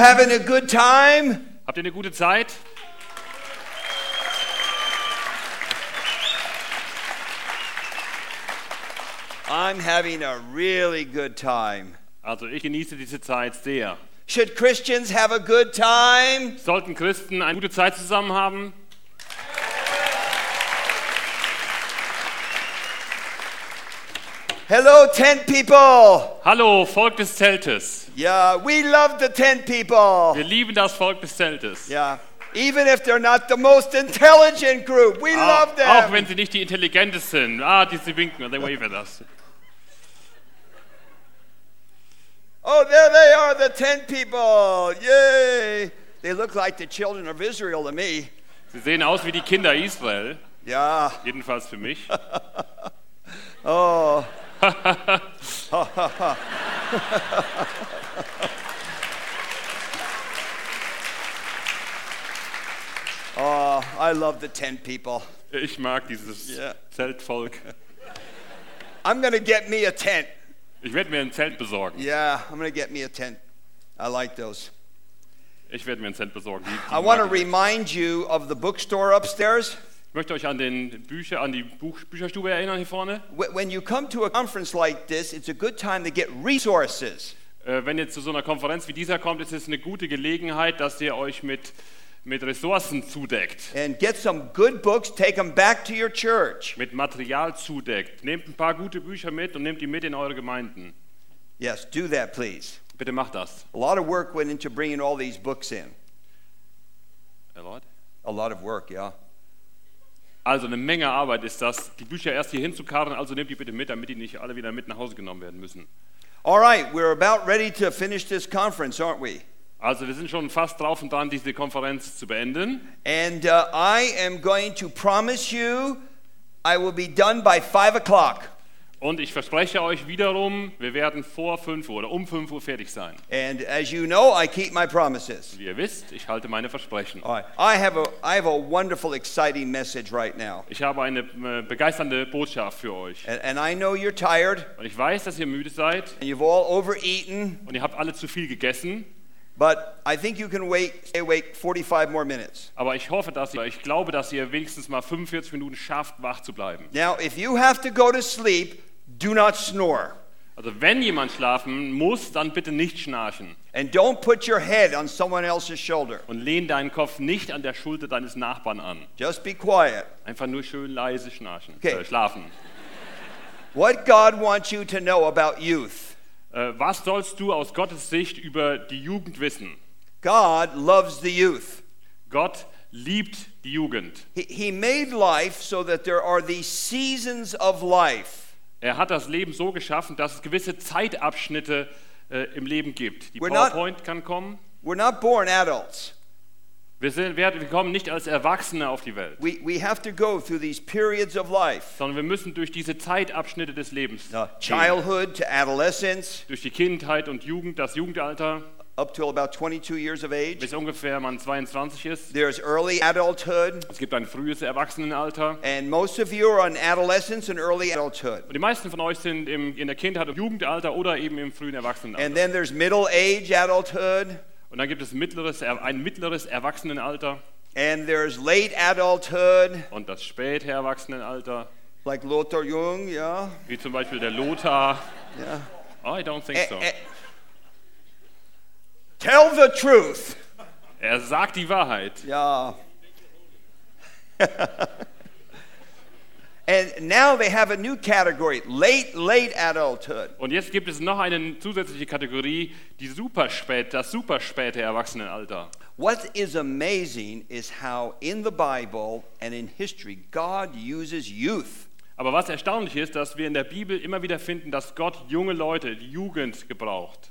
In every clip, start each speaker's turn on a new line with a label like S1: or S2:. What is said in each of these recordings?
S1: Having a good time?
S2: Habt ihr eine gute Zeit?
S1: I'm having a really good time.
S2: Also ich genieße diese Zeit sehr.
S1: Should Christians have a good time?
S2: Sollten Christen eine gute Zeit zusammen haben?
S1: Hello, tent people!
S2: Hallo, Volk des Zeltes.
S1: Yeah, we love the tent people.
S2: Wir lieben das Volk des Zeltes.
S1: Yeah, even if they're not the most intelligent group, we love
S2: Auch wenn
S1: them.
S2: sie nicht die intelligentesten sind. Ah, die sie winken, they wave at us.
S1: Oh, there they are, the tent people! Yay! They look like the children of Israel to me.
S2: Sie sehen aus wie die Kinder Israel,
S1: Yeah.
S2: jedenfalls für mich.
S1: Oh. oh, I love the tent people.
S2: Ich mag dieses
S1: Ja.
S2: Zeltvolk.
S1: I'm going to get me a tent.
S2: Ich werde mir ein Zelt besorgen.
S1: Yeah, I'm going to get me a tent. I like those.
S2: Ich werde mir ein Zelt besorgen. Die, die
S1: I want to
S2: mag ich.
S1: remind you of the bookstore upstairs.
S2: ich möchte euch an den Bücher, an die Buch, Bücherstube erinnern hier vorne.
S1: Wh- When you come to a conference like this, it's a good time to get resources.
S2: Äh, wenn ihr zu so einer Konferenz wie dieser kommt, ist es eine gute Gelegenheit, dass ihr euch mit, mit Ressourcen zudeckt,
S1: And get some good books, take them back to your church.
S2: mit Material zudeckt. Nehmt ein paar gute Bücher mit und nehmt die mit in eure Gemeinden.
S1: Yes, do that, please.
S2: Bitte macht das.
S1: A lot of work went into bringing all these books in.
S2: Herr Lord.
S1: A lot of work, yeah.
S2: Also eine Menge Arbeit ist das, die Bücher erst hier hinzukarren, also nehmt die bitte mit, damit die nicht alle wieder mit nach Hause genommen werden müssen.
S1: All right, we're about ready to finish this conference, aren't we?
S2: Also wir sind schon fast drauf und dran, diese Konferenz zu beenden.
S1: And uh, I am going to promise you I will be done by 5 o'clock.
S2: Und ich verspreche euch wiederum, wir werden vor 5 Uhr oder um 5 Uhr fertig sein.
S1: And as you know, I keep my promises.
S2: Wie ihr wisst, ich halte meine Versprechen.
S1: All right. I have a, I have a wonderful, exciting message right now.
S2: Ich habe eine äh, begeisternde Botschaft für euch.
S1: And, and I know you're tired
S2: Und ich weiß, dass ihr müde seid
S1: and you've all overeaten,
S2: und ihr habt alle zu viel gegessen,
S1: but I think you can wait, stay awake 45 more minutes.
S2: aber ich hoffe, dass ihr, ich glaube, dass ihr wenigstens mal 45 Minuten schafft, wach zu bleiben.
S1: Now, if you have to go to sleep, do not snore.
S2: Also wenn jemand schlafen muss, dann bitte nicht schnarchen
S1: And don't put your head on someone else's shoulder.
S2: und lehn deinen Kopf nicht an der Schulter deines Nachbarn an.
S1: Just be quiet.
S2: Einfach nur schön leise schnarchen,
S1: Okay.
S2: äh, schlafen.
S1: What God wants you to know about youth
S2: Äh, was sollst du aus Gottes Sicht über die Jugend wissen?
S1: God loves the youth.
S2: Gott liebt die Jugend.
S1: He, he made life so that there are these seasons of life.
S2: Er hat das Leben so geschaffen, dass es gewisse Zeitabschnitte äh, im Leben gibt. Die
S1: We're not-
S2: PowerPoint kann kommen.
S1: We're not born adults,
S2: Wir, sind, wir, wir kommen nicht als Erwachsene auf die Welt,
S1: we, we have to go through these periods of life
S2: sondern wir müssen durch diese Zeitabschnitte des Lebens,
S1: uh,
S2: gehen.
S1: childhood to adolescence,
S2: durch die Kindheit und Jugend, das Jugendalter,
S1: up till about 22 years of age.
S2: bis ungefähr man 22 ist.
S1: There's early adulthood,
S2: Es gibt ein frühes Erwachsenenalter.
S1: and most of you are in adolescence and early adulthood.
S2: Und die meisten von euch sind im, in der Kindheit und Jugendalter oder eben im frühen
S1: And
S2: Erwachsenenalter.
S1: then there's middle age adulthood,
S2: Und dann gibt es mittleres, Er- ein mittleres Erwachsenenalter
S1: and there's late adulthood,
S2: und das späte Erwachsenenalter,
S1: like Lothar Jung, yeah.
S2: wie zum Beispiel der Lothar. Oh, I don't think
S1: Eh,
S2: so.
S1: eh. Tell the truth.
S2: Er sagt die Wahrheit.
S1: Yeah. and now they have a new category late, late adulthood.
S2: Und jetzt gibt es noch eine zusätzliche Kategorie, die superspät, das superspäte Erwachsenenalter.
S1: What is amazing is how in the Bible and in history, God uses youth.
S2: Aber was erstaunlich ist, dass wir in der Bibel immer wieder finden, dass Gott junge Leute, die Jugend gebraucht.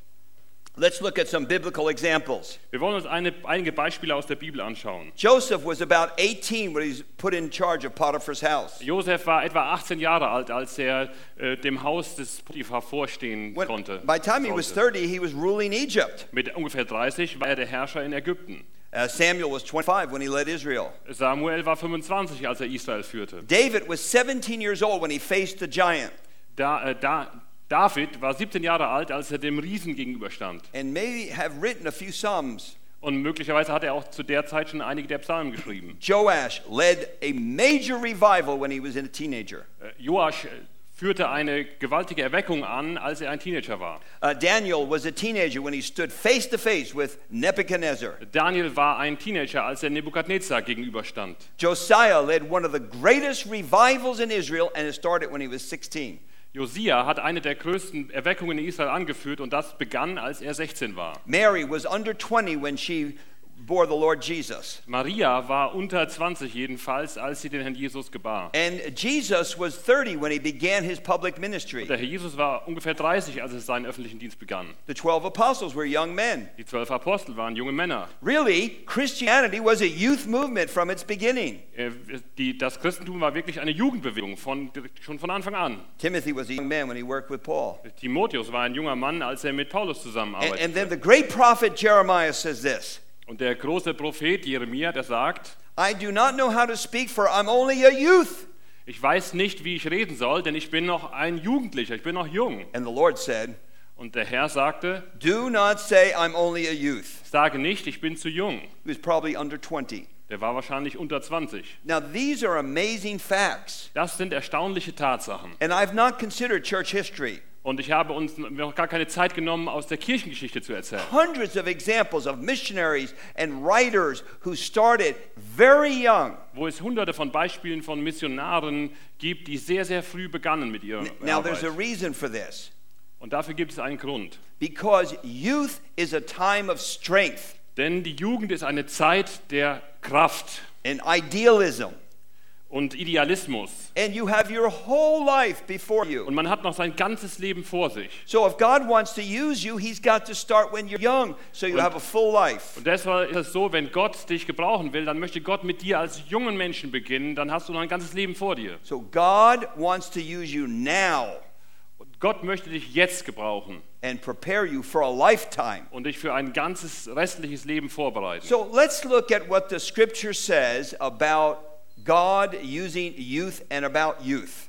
S1: Let's look at some biblical examples.
S2: Wir wollen uns eine, einige Beispiele aus der Bibel anschauen.
S1: Joseph was about 18 when he was put in charge of Potiphar's house.
S2: Josef war etwa 18 Jahre alt, als er äh, dem Haus des Potiphar vorstehen
S1: When-
S2: konnte.
S1: by the time he was
S2: sollte.
S1: 30, he was ruling Egypt.
S2: Mit ungefähr 30 war er der Herrscher in Ägypten.
S1: Uh, Samuel was 25 when he led Israel.
S2: Samuel war 25, als er Israel führte.
S1: David was 17 years old when he faced the giant.
S2: Da, äh, da, David war 17 Jahre alt, als er dem Riesen gegenüberstand.
S1: and maybe have written a few psalms.
S2: Und möglicherweise hat er auch zu der Zeit schon einige der Psalmen geschrieben.
S1: Joash led a major revival when he was a teenager.
S2: Äh, Joasch äh, führte eine gewaltige Erweckung an, als er ein Teenager war.
S1: Uh, Daniel was a teenager when he stood face to face with Nebuchadnezzar.
S2: Daniel war ein Teenager, als er Nebukadnezar gegenüberstand.
S1: Josiah led one of the greatest revivals in Israel, and it started when he was 16.
S2: Josia hat eine der größten Erweckungen in Israel angeführt und das begann, als er 16 war.
S1: Mary was under 20 when she bore the Lord Jesus.
S2: Maria war unter 20 jedenfalls, als sie den Herrn Jesus gebar.
S1: And Jesus was 30 when he began his public ministry.
S2: Der Herr Jesus war ungefähr 30, als er seinen öffentlichen Dienst begann.
S1: The 12 apostles were young men.
S2: Die zwölf Apostel waren junge Männer.
S1: Really, Christianity was a youth movement from its beginning.
S2: Äh, Die, das Christentum war wirklich eine Jugendbewegung, von, schon von Anfang an.
S1: Timothy was a young man when he worked with Paul.
S2: Timotheus war ein junger Mann, als er mit Paulus
S1: And, and
S2: zusammenarbeitete.
S1: then the great prophet Jeremiah says this
S2: Und der große Prophet Jeremia, der sagt,
S1: I do not know how to speak, for I'm only a youth.
S2: ich weiß nicht, wie ich reden soll, denn ich bin noch ein Jugendlicher, ich bin noch jung.
S1: And the Lord said,
S2: Und der Herr sagte,
S1: Do not say I'm only a youth.
S2: sage nicht, ich bin zu jung.
S1: He was probably under 20.
S2: Der war wahrscheinlich unter 20.
S1: Now, these are amazing facts.
S2: Das sind erstaunliche Tatsachen.
S1: And I've not considered church history.
S2: Und ich habe uns noch gar keine Zeit genommen, aus der Kirchengeschichte zu erzählen.
S1: Hundreds of examples of missionaries and writers who started very young.
S2: wo es hunderte von Beispielen von Missionaren gibt, die sehr, sehr früh begannen mit ihrer
S1: Now, there's a
S2: Arbeit.
S1: reason for this
S2: Und dafür gibt es einen Grund.
S1: because youth is a time of strength
S2: Denn die Jugend ist eine Zeit der Kraft
S1: and idealism.
S2: und Idealismus.
S1: And you have your whole life before you.
S2: Und man hat noch sein ganzes Leben vor sich.
S1: So, if God wants to use you, He's got to start when you're young so you have a full life.
S2: Und deshalb ist es so, wenn Gott dich gebrauchen will, dann möchte Gott mit dir als jungen Menschen beginnen, dann hast du noch ein ganzes Leben vor dir.
S1: So God wants to use you now
S2: Und Gott möchte dich jetzt gebrauchen
S1: and prepare you for a lifetime.
S2: und dich für ein ganzes restliches Leben vorbereiten.
S1: So let's look at what the scripture says about God using youth and about youth.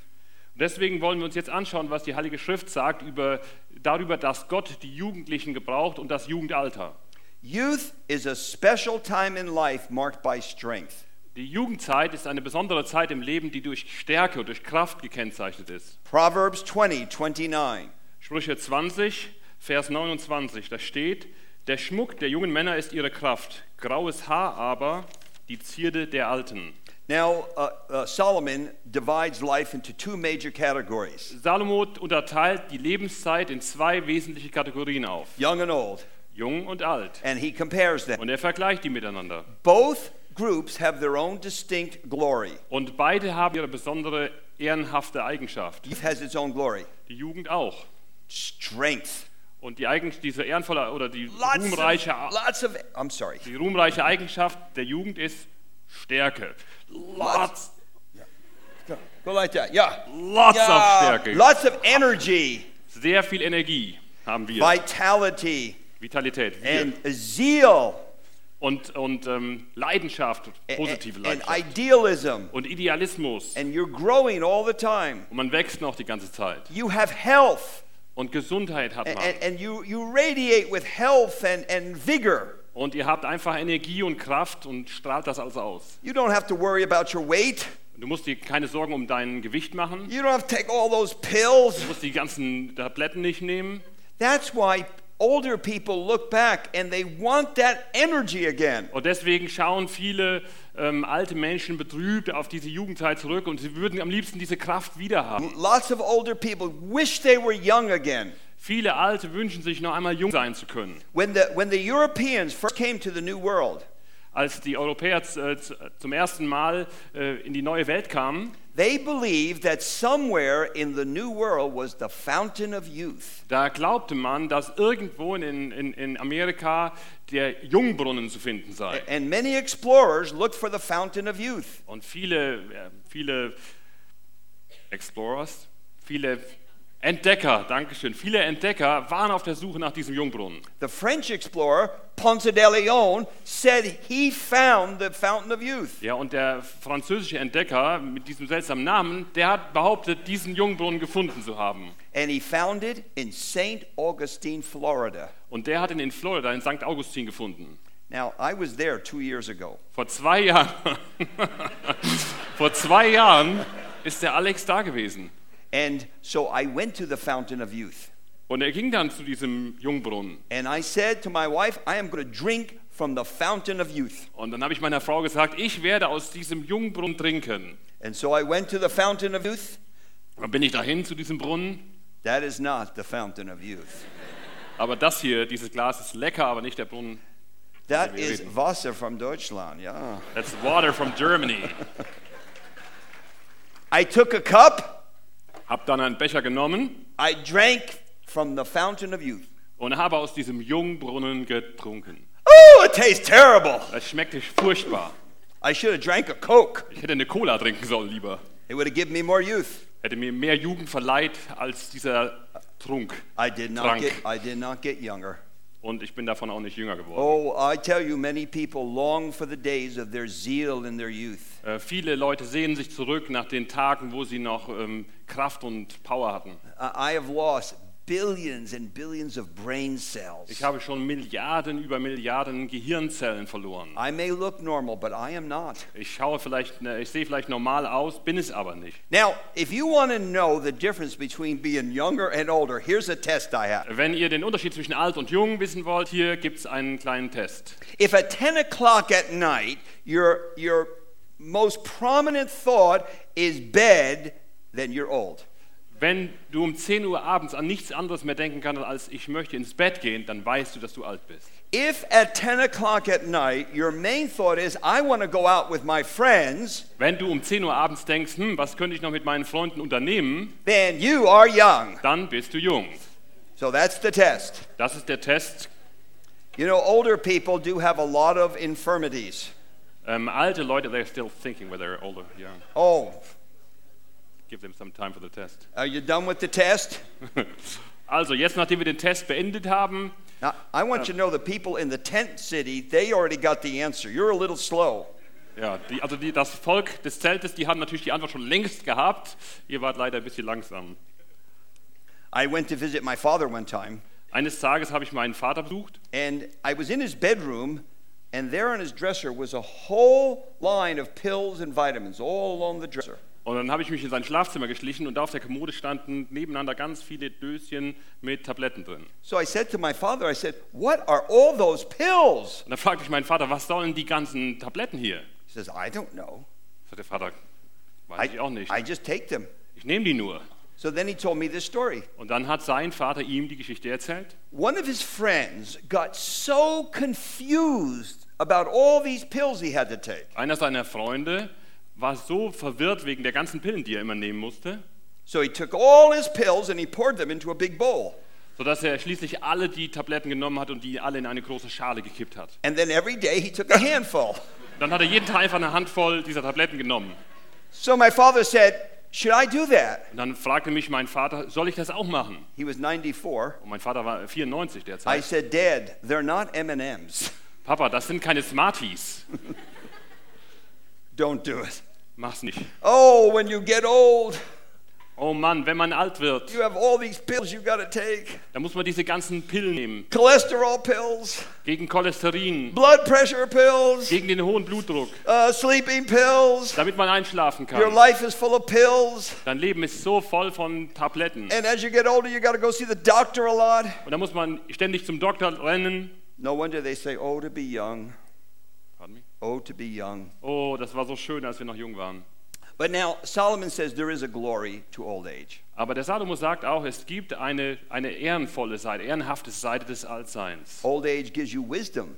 S2: Deswegen wollen wir uns jetzt anschauen, was die Heilige Schrift sagt über, darüber, dass Gott die Jugendlichen gebraucht und das Jugendalter.
S1: Youth is a special time in life marked by strength.
S2: Die Jugendzeit ist eine besondere Zeit im Leben, die durch Stärke und durch Kraft gekennzeichnet ist.
S1: Proverbs 20, 29.
S2: Sprüche 20, Vers 29, da steht, der Schmuck der jungen Männer ist ihre Kraft, graues Haar aber die Zierde der Alten.
S1: Now, uh, uh, Solomon divides life into two major categories
S2: Salomo unterteilt die Lebenszeit in zwei wesentliche Kategorien auf,
S1: young and old,
S2: jung und alt.
S1: and he compares them.
S2: Und er vergleicht die miteinander.
S1: Both groups have their own distinct glory.
S2: Und beide haben ihre besondere ehrenhafte Eigenschaft.
S1: Youth has its own glory
S2: Die Jugend auch.
S1: strength.
S2: Und die Eigenschaft, diese ehrenvolle oder die
S1: Lots of,
S2: ruhmreiche,
S1: lots of, I'm sorry.
S2: die ruhmreiche Eigenschaft der Jugend ist Stärke. Lots,
S1: Go like that. Yeah.
S2: lots of
S1: Yeah.
S2: Stärke.
S1: Lots of energy,
S2: Sehr viel Energie haben wir.
S1: vitality,
S2: Vitalität. Wir.
S1: and zeal,
S2: Und, und ähm, Leidenschaft,
S1: and,
S2: positive
S1: and
S2: Leidenschaft.
S1: idealism,
S2: Und Idealismus.
S1: and you're growing all the time.
S2: Und man wächst noch die ganze Zeit.
S1: You have health,
S2: Und Gesundheit hat
S1: and,
S2: man.
S1: and, and you, you radiate with health and, and vigor.
S2: Und ihr habt einfach Energie und Kraft und strahlt das alles aus.
S1: You don't have to worry about your weight.
S2: Du musst dir keine Sorgen um dein Gewicht machen.
S1: You don't have to take all those pills.
S2: musst die ganzen Tabletten nicht nehmen.
S1: That's why older people look back and they want that energy again.
S2: Und deswegen schauen viele ähm, alte Menschen betrübt auf diese Jugendzeit zurück und sie würden am liebsten diese Kraft wieder haben.
S1: Lots of older people wish they were young again.
S2: Viele Alte wünschen sich noch einmal jung sein zu können.
S1: When the, when the Europeans first came to the New World,
S2: Als die Europäer z- äh, z- zum ersten Mal äh, in die neue Welt kamen,
S1: they believed that somewhere in the New World was the fountain of youth.
S2: da glaubte man, dass irgendwo in, in, in Amerika der Jungbrunnen zu finden sei.
S1: And many explorers looked for the fountain of youth.
S2: Und viele, äh, viele Explorers, viele Entdecker, Dankeschön. Viele Entdecker waren auf der Suche nach diesem Jungbrunnen.
S1: The French explorer Ponce de Leon said he found the fountain of youth.
S2: Ja, und der französische Entdecker mit diesem seltsamen Namen, der hat behauptet, diesen Jungbrunnen gefunden zu haben.
S1: And he found it in St. Augustine, Florida.
S2: Und der hat ihn in Florida, in St. Augustin gefunden.
S1: Now, I was there two years ago.
S2: Vor zwei Jahren. Vor zwei Jahren ist der Alex da gewesen.
S1: And so I went to the fountain of youth.
S2: Und er ging dann zu diesem Jungbrunnen.
S1: And I said to my wife, I am going to drink from the fountain of youth.
S2: Und dann habe ich meiner Frau gesagt, ich werde aus diesem Jungbrunnen trinken.
S1: And so I went to the fountain of youth.
S2: Dann bin ich dahin zu diesem Brunnen.
S1: That is not the fountain of youth.
S2: Aber das hier, dieses Glas ist lecker, aber nicht der Brunnen.
S1: That is Wasser from Deutschland, yeah.
S2: That's water from Germany.
S1: I took a cup,
S2: Hab dann einen Becher genommen
S1: I drank from the fountain of youth.
S2: und habe aus diesem Jungbrunnen getrunken.
S1: Oh, it tastes terrible.
S2: Das schmeckte furchtbar.
S1: I should have drank a Coke.
S2: Ich hätte eine Cola trinken sollen lieber.
S1: It would have given me more youth.
S2: Hätte mir mehr Jugend verleiht als dieser Trunk.
S1: I did not
S2: Drunk.
S1: get I did not get younger.
S2: Und ich bin davon auch nicht jünger geworden.
S1: Oh, I tell you many people long for the days of their zeal in their youth.
S2: Äh, viele Leute sehnen sich zurück nach den Tagen, wo sie noch ähm, Kraft und Power hatten.
S1: I I have lost billions and billions of brain cells.
S2: Ich habe schon Milliarden über Milliarden Gehirnzellen verloren.
S1: I may look normal, but I am not.
S2: Ich schaue vielleicht, ne, ich sehe vielleicht normal aus, bin es aber nicht.
S1: Now, if you want to know the difference between being younger and older, here's a test I have.
S2: Wenn ihr den Unterschied zwischen alt und jung wissen wollt, hier gibt es einen kleinen Test.
S1: If at 10 o'clock at night, your, your most prominent thought is bed, then you're old.
S2: Wenn du um 10 Uhr abends an nichts anderes mehr denken kannst als ich möchte ins Bett gehen, dann weißt du, dass du alt bist.
S1: If at 10 o'clock at night, your main thought is, I want to go out with my friends,
S2: Wenn du um 10 Uhr abends denkst, hm, was könnte ich noch mit meinen Freunden unternehmen,
S1: then you are young.
S2: dann bist du jung.
S1: So that's the test.
S2: Das ist der Test.
S1: You know, older people do have a lot of infirmities.
S2: Ähm, alte Leute, they're still thinking whether they're older or young.
S1: Oh,
S2: Give them some time for the test.
S1: are you done with the test?
S2: Also, jetzt, nachdem wir den Test beendet haben,
S1: Now, I want you to know the people in the tent city, they already got the answer. You're a little slow.
S2: ja, die, also die, das Volk des Zeltes, die haben natürlich die Antwort schon längst gehabt. Ihr wart leider ein bisschen langsam.
S1: I went to visit my father one time,
S2: Eines Tages habe ich meinen Vater besucht
S1: and I was in his bedroom, and there on his dresser was a whole line of pills and vitamins all along the dresser.
S2: und dann habe ich mich in sein Schlafzimmer geschlichen und da auf der Kommode standen nebeneinander ganz viele Döschen mit Tabletten drin.
S1: So I said to my father, I said, What are all those pills?
S2: Und dann fragte ich meinen Vater, was sollen die ganzen Tabletten hier?
S1: He says, I don't know.
S2: Sagt der Vater, weiß
S1: I,
S2: ich auch nicht.
S1: I just take them.
S2: Ich nehme die nur.
S1: So then he told me this story.
S2: Und dann hat sein Vater ihm die Geschichte erzählt.
S1: One of his friends got so confused about all these pills he had to take.
S2: Einer seiner Freunde war so verwirrt wegen der ganzen Pillen, die er immer nehmen musste,
S1: So he took all his pills and he poured them into a big bowl.
S2: sodass er schließlich alle die Tabletten genommen hat und die alle in eine große Schale gekippt hat.
S1: And then every day he took a handful.
S2: Dann hat er jeden Tag einfach eine Handvoll dieser Tabletten genommen.
S1: So my father said, Should I do that?
S2: Und dann fragte mich mein Vater, soll ich das auch machen?
S1: He was 94.
S2: Und mein Vater war 94
S1: I
S2: derzeit.
S1: said, Dad, they're not M&Ms.
S2: Papa, das sind keine Smarties.
S1: Don't do it.
S2: Mach's nicht.
S1: Oh, when you get old,
S2: Oh Mann, wenn man alt wird,
S1: you have all these pills you got to take.
S2: dann muss man diese ganzen Pillen nehmen.
S1: Cholesterol pills,
S2: Gegen Cholesterin,
S1: blood pressure pills,
S2: gegen den hohen Blutdruck,
S1: uh, sleeping pills.
S2: damit man einschlafen
S1: Your
S2: kann.
S1: life is full of pills.
S2: Dein Leben ist so voll von Tabletten.
S1: And as you get older, you got to go see the doctor a lot.
S2: Und da muss man ständig zum Doktor rennen.
S1: No wonder they say, Oh, to be young.
S2: Pardon me?
S1: Oh, to be young.
S2: Oh, das war so schön, als wir noch jung waren.
S1: But now, Solomon says there is a glory to old age.
S2: Aber der Salomo sagt auch, es gibt
S1: Oh.
S2: eine, eine ehrenvolle Seite, ehrenhafte Seite des Altseins.
S1: Old age gives you wisdom.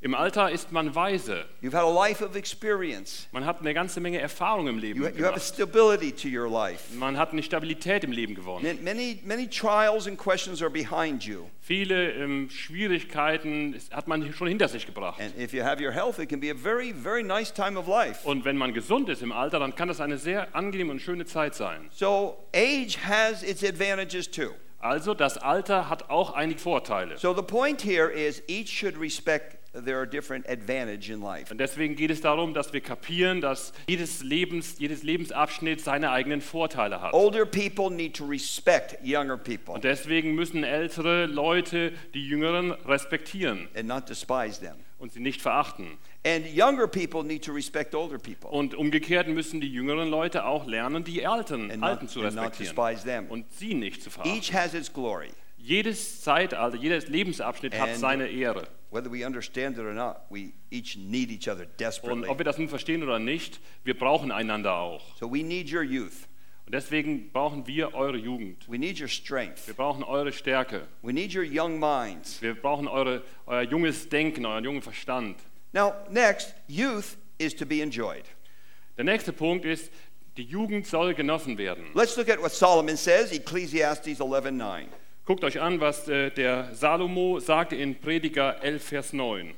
S2: Im Alter ist man weise.
S1: You've had a life of experience.
S2: Man hat eine ganze Menge Erfahrung im Leben
S1: You, you have a
S2: gemacht.
S1: stability to your life.
S2: Man hat eine Stabilität im Leben gewonnen.
S1: Ma- Many, many trials and questions are behind you.
S2: Viele ähm, Schwierigkeiten ist- hat man schon hinter sich gebracht.
S1: And if you have your health, it can be a very, very nice time of life.
S2: Und wenn man gesund ist im Alter, dann kann das eine sehr angenehme und schöne Zeit sein.
S1: So, age has its advantages too.
S2: Also das Alter hat auch einige Vorteile.
S1: So, the point here is each should respect their different advantage in life.
S2: Und deswegen geht es darum, dass wir kapieren, dass jedes, Lebens, jedes Lebensabschnitt seine eigenen Vorteile hat.
S1: Older people need to respect younger people
S2: Und deswegen müssen ältere Leute die Jüngeren respektieren
S1: and not despise them.
S2: und sie nicht verachten.
S1: And younger people need to respect older people
S2: Und umgekehrt müssen die jüngeren Leute auch lernen, die Alten,
S1: and
S2: Alten
S1: not,
S2: zu
S1: and not
S2: respektieren
S1: despise them.
S2: und sie nicht zu verachten.
S1: Each has its glory.
S2: Jedes Zeitalter, jedes Lebensabschnitt hat
S1: And-
S2: seine Ehre.
S1: Whether we understand it or not, we each need each other
S2: Und ob
S1: desperately.
S2: wir das nun verstehen oder nicht, wir brauchen einander auch.
S1: So we need your youth.
S2: Und deswegen brauchen wir eure Jugend.
S1: We need your strength.
S2: Wir brauchen eure Stärke.
S1: We need your young minds.
S2: Wir brauchen eure, euer junges Denken, euren jungen Verstand.
S1: Now, next, youth is to be enjoyed.
S2: Der nächste Punkt ist, die Jugend soll genossen werden.
S1: Let's look at what Solomon says, Ecclesiastes 11:9.
S2: Guckt euch an, was äh, der Salomo sagte in Prediger 11, Vers 9.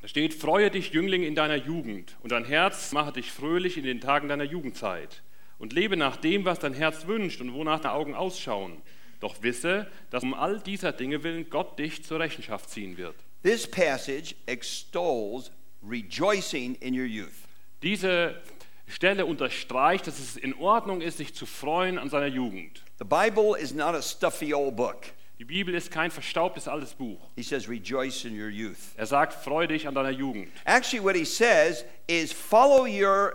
S2: Da steht, freue dich, Jüngling, in deiner Jugend, und dein Herz mache dich fröhlich in den Tagen deiner Jugendzeit. Und lebe nach dem, was dein Herz wünscht und wonach deine Augen ausschauen. Doch wisse, dass um all dieser Dinge willen Gott dich zur Rechenschaft ziehen wird.
S1: This passage extols rejoicing in your youth.
S2: Diese Stelle unterstreicht, dass es in Ordnung ist, sich zu freuen an seiner Jugend.
S1: The Bible is not a stuffy old book.
S2: Die Bibel ist kein verstaubtes altes Buch.
S1: He says, rejoice in your youth.
S2: Er sagt, freu dich an deiner Jugend.
S1: Actually, what he says is follow your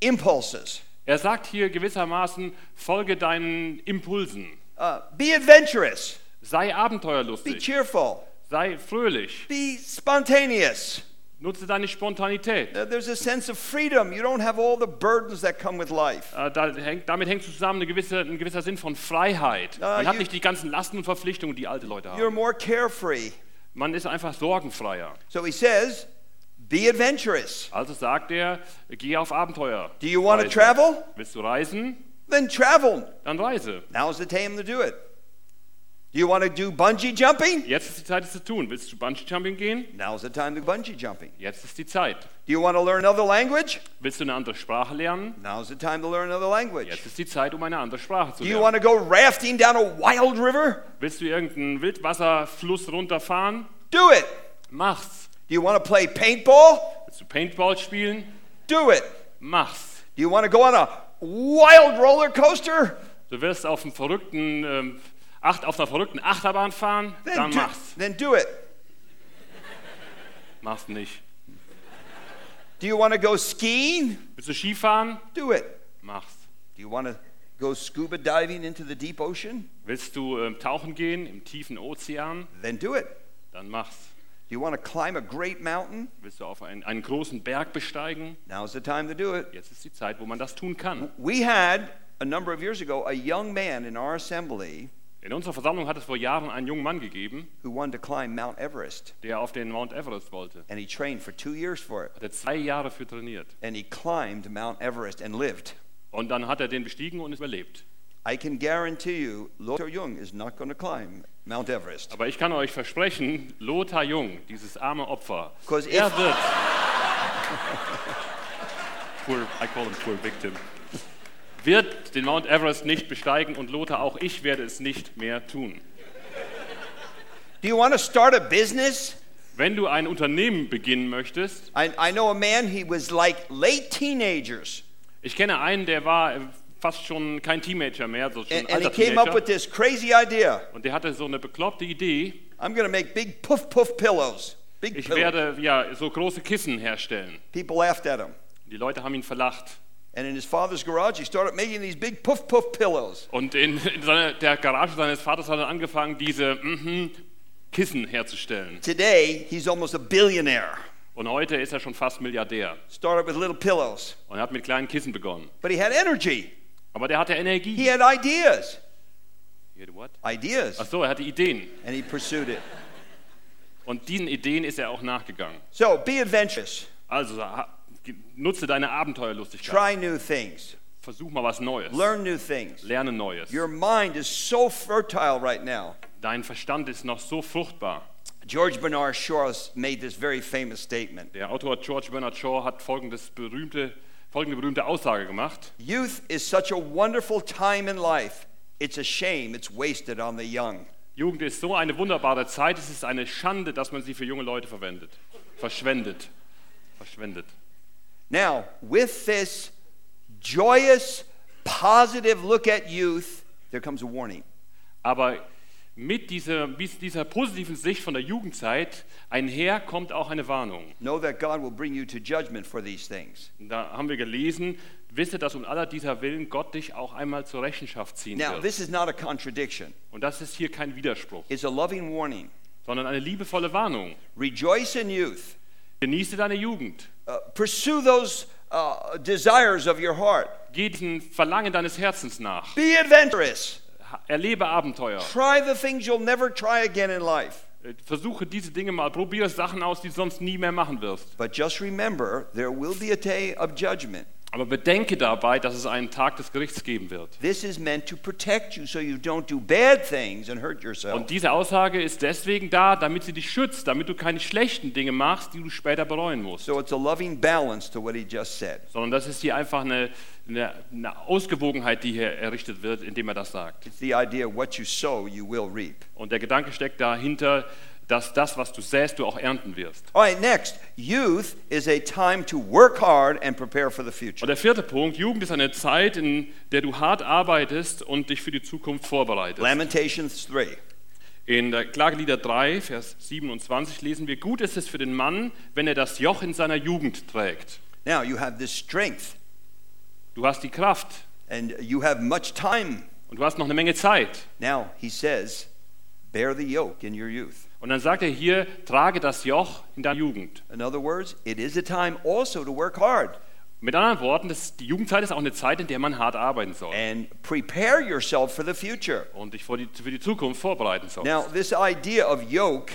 S1: impulses,
S2: Er sagt hier gewissermaßen, folge deinen Impulsen.
S1: uh, be adventurous,
S2: Sei
S1: be
S2: abenteuerlustig,
S1: cheerful,
S2: sei fröhlich,
S1: be spontaneous.
S2: nutze deine Spontanität.
S1: Uh, There's a sense of freedom. You don't have all the burdens that come with life.
S2: Äh, Da hängt, damit hängt zusammen eine gewisse, ein gewisser Sinn von Freiheit. Man
S1: Ah,
S2: hat
S1: you-
S2: nicht die ganzen Lasten und Verpflichtungen, die alte Leute
S1: You're
S2: haben.
S1: more carefree.
S2: Man ist einfach sorgenfreier.
S1: So he says, be adventurous.
S2: Also sagt er, geh auf Abenteuer.
S1: Do you want to
S2: Reise.
S1: travel?
S2: Willst du reisen?
S1: Then travel.
S2: Dann reise.
S1: Now's the time to do it. Do you want to do bungee jumping?
S2: Jetzt ist die Zeit, es zu tun. Willst du Bungee-Jumping gehen?
S1: Now's the time to bungee jumping.
S2: Jetzt ist die Zeit.
S1: Do you want to learn another language?
S2: Willst du eine andere Sprache lernen?
S1: Now's the time to learn another language.
S2: Jetzt ist die Zeit, um eine andere Sprache
S1: Do
S2: zu
S1: you
S2: lernen.
S1: want to go rafting down a wild river?
S2: Willst du irgendeinen Wildwasserfluss runterfahren?
S1: Do it.
S2: Mach's.
S1: Do you want to play paintball?
S2: Willst du Paintball spielen?
S1: Do it.
S2: Mach's.
S1: Do you want to go on a wild roller coaster?
S2: Du wirst auf, einem verrückten, ähm, Acht, auf einer verrückten Achterbahn fahren? Dann
S1: do,
S2: mach's.
S1: then do it.
S2: Mach's nicht.
S1: Do you want to go skiing?
S2: Willst du Skifahren?
S1: Do it.
S2: Mach's.
S1: Do you want to go scuba diving into the deep ocean?
S2: Willst du ähm, tauchen gehen im tiefen Ozean?
S1: Then do it.
S2: Dann mach's.
S1: Do you want to climb a great mountain?
S2: Willst du auf einen, einen großen Berg besteigen?
S1: Now's the time to do it.
S2: Jetzt ist die Zeit, wo man das tun kann.
S1: We had a number of years ago a young man in our assembly
S2: In unserer Versammlung hat es vor Jahren einen jungen Mann gegeben,
S1: who wanted to climb Mount Everest,
S2: der auf den Mount Everest wollte.
S1: and he trained for two years for it.
S2: Hat er zwei Jahre für trainiert.
S1: And he climbed Mount Everest and lived.
S2: Und dann hat er den bestiegen und ist überlebt.
S1: I can guarantee you, Lothar Jung is not going to climb Mount Everest.
S2: Aber ich kann euch versprechen, Lothar Jung, dieses arme Opfer,
S1: 'Cause
S2: er
S1: if-
S2: wird. poor, I call him poor victim. Wird den Mount Everest nicht besteigen und Lothar, auch ich werde es nicht mehr tun.
S1: Do you want to start a business?
S2: Wenn du ein Unternehmen beginnen möchtest,
S1: I, I know a man, he was like late teenagers.
S2: ich kenne einen, der war äh, fast schon kein Teenager mehr, so schon
S1: And, and he
S2: alter
S1: came up
S2: Teenager.
S1: with this crazy idea.
S2: Und der hatte so eine bekloppte Idee,
S1: I'm going to make big puff puff pillows. Big
S2: ich
S1: pillows.
S2: werde ja so große Kissen herstellen.
S1: People laughed at him.
S2: Die Leute haben ihn verlacht.
S1: And in his father's garage, he started making these big puff puff pillows.
S2: Und in, in seiner, der Garage seines Vaters hat er angefangen, diese mhm, Kissen herzustellen.
S1: Today, he's almost a billionaire.
S2: Und heute ist er schon fast Milliardär
S1: Started with little pillows.
S2: und hat mit kleinen Kissen begonnen.
S1: But he had energy.
S2: Aber der hatte Energie.
S1: He had ideas.
S2: He had what?
S1: Ideas.
S2: Ach so, er hatte Ideen.
S1: And he pursued it.
S2: Und diesen Ideen ist er auch nachgegangen.
S1: So be adventurous.
S2: Also ha- ge- nutze deine Abenteuerlustigkeit.
S1: Try new things.
S2: Versuch mal was Neues.
S1: Learn new things.
S2: Lerne Neues.
S1: Your mind is so fertile right now.
S2: Dein Verstand ist noch so fruchtbar.
S1: George Bernard Shaw has made this very famous statement.
S2: Der Autor George Bernard Shaw hat folgendes berühmte, folgende berühmte Aussage gemacht.
S1: Youth is such a wonderful time in life. It's a shame it's wasted on the young.
S2: Jugend ist so eine wunderbare Zeit, es ist eine Schande, dass man sie für junge Leute verwendet. Verschwendet. Verschwendet.
S1: Now, with this joyous, positive look at youth, there comes a warning.
S2: Aber mit dieser, mit dieser positiven Sicht von der Jugendzeit einher kommt auch eine Warnung.
S1: Know that God will bring you to judgment for these things.
S2: Und Da haben wir gelesen, wisse, dass um aller dieser Willen Gott dich auch einmal zur Rechenschaft ziehen
S1: Now,
S2: wird.
S1: this is not a contradiction,
S2: Und das ist hier kein Widerspruch,
S1: it's a loving warning.
S2: sondern eine liebevolle Warnung.
S1: Rejoice in youth,
S2: Genieße deine Jugend.
S1: Uh, pursue those uh, desires of your heart,
S2: Geh diesen Verlangen deines Herzens nach.
S1: be adventurous,
S2: Ha- Erlebe Abenteuer.
S1: try the things you'll never try again in life.
S2: Äh, Versuche diese Dinge mal. Probiere Sachen aus, die du sonst nie mehr machen wirst.
S1: But just remember, there will be a day of judgment.
S2: Aber bedenke dabei, dass es einen Tag des Gerichts geben wird.
S1: This is meant to protect you so you don't do bad things and hurt yourself.
S2: Und diese Aussage ist deswegen da, damit sie dich schützt, damit du keine schlechten Dinge machst, die du später bereuen musst.
S1: So it's a loving balance to what he just said.
S2: Sondern das ist hier einfach eine, eine, eine Ausgewogenheit, die hier errichtet wird, indem er das sagt.
S1: It's the idea what you sow, you will reap.
S2: Und der Gedanke steckt dahinter, dass das, was du säst, du auch ernten wirst.
S1: All right, next. Youth is a time to work hard and prepare for the
S2: Und
S1: future.
S2: der vierte Punkt, Jugend ist eine Zeit, in der du hart arbeitest und dich für die Zukunft vorbereitest.
S1: Lamentations 3.
S2: In der Klagelieder 3, Vers 27 lesen wir, gut ist es für den Mann, wenn er das Joch in seiner Jugend trägt.
S1: Now, you have this strength
S2: Du hast die Kraft
S1: and you have much time.
S2: und du hast noch eine Menge Zeit.
S1: Now, he says, bear the yoke in your youth.
S2: Und dann sagt er hier, trage das Joch in deiner Jugend.
S1: In other words, it is a time also to work hard
S2: Mit anderen Worten, das, die Jugendzeit ist auch eine Zeit, in der man hart arbeiten soll
S1: and prepare yourself for the future.
S2: und dich vor die, für die Zukunft vorbereiten soll.
S1: Now, this idea of yoke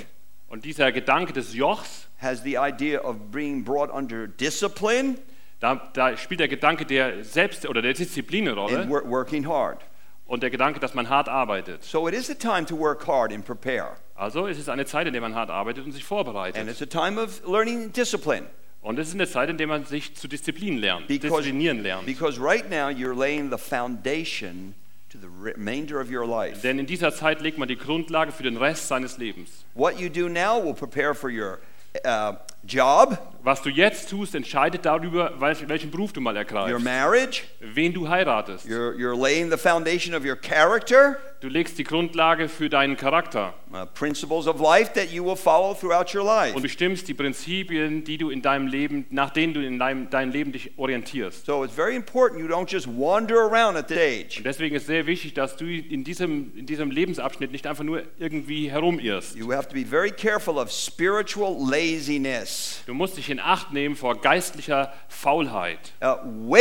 S2: Und dieser Gedanke des Jochs,
S1: has the idea of being brought under discipline
S2: da, da spielt der Gedanke der Selbst- oder der Disziplin eine
S1: and
S2: Rolle
S1: wor- working hard.
S2: und der Gedanke, dass man hart arbeitet.
S1: So it is a time to work hard and prepare.
S2: Also es ist eine Zeit, in der man hard arbeitet und sich vorbereitet.
S1: And it's a time of learning and discipline.
S2: Und es ist eine Zeit, in der man sich zu Disziplin lernt,
S1: Because,
S2: disziplinieren lernt.
S1: because right now you're laying the foundation to the remainder of your life.
S2: Denn in dieser Zeit legt man die Grundlage für den Rest seines Lebens.
S1: What you do now will prepare for your uh, job,
S2: Was du jetzt tust, entscheidet darüber, welch- welchen Beruf du mal
S1: your
S2: ergreifst,
S1: marriage.
S2: wen du heiratest.
S1: You're, you're laying the foundation of your character,
S2: Du legst die Grundlage für deinen Charakter
S1: uh, principles of life that you will follow throughout your life.
S2: und bestimmst die Prinzipien, die du in deinem Leben, nach denen du in deinem, deinem Leben dich orientierst.
S1: So it's very important you don't just wander around at this age.
S2: Und deswegen ist sehr wichtig, dass du in diesem, in diesem Lebensabschnitt nicht einfach nur irgendwie herumirrst.
S1: You have to be very careful of spiritual laziness,
S2: Du musst dich in Acht nehmen vor geistlicher Faulheit.
S1: uh,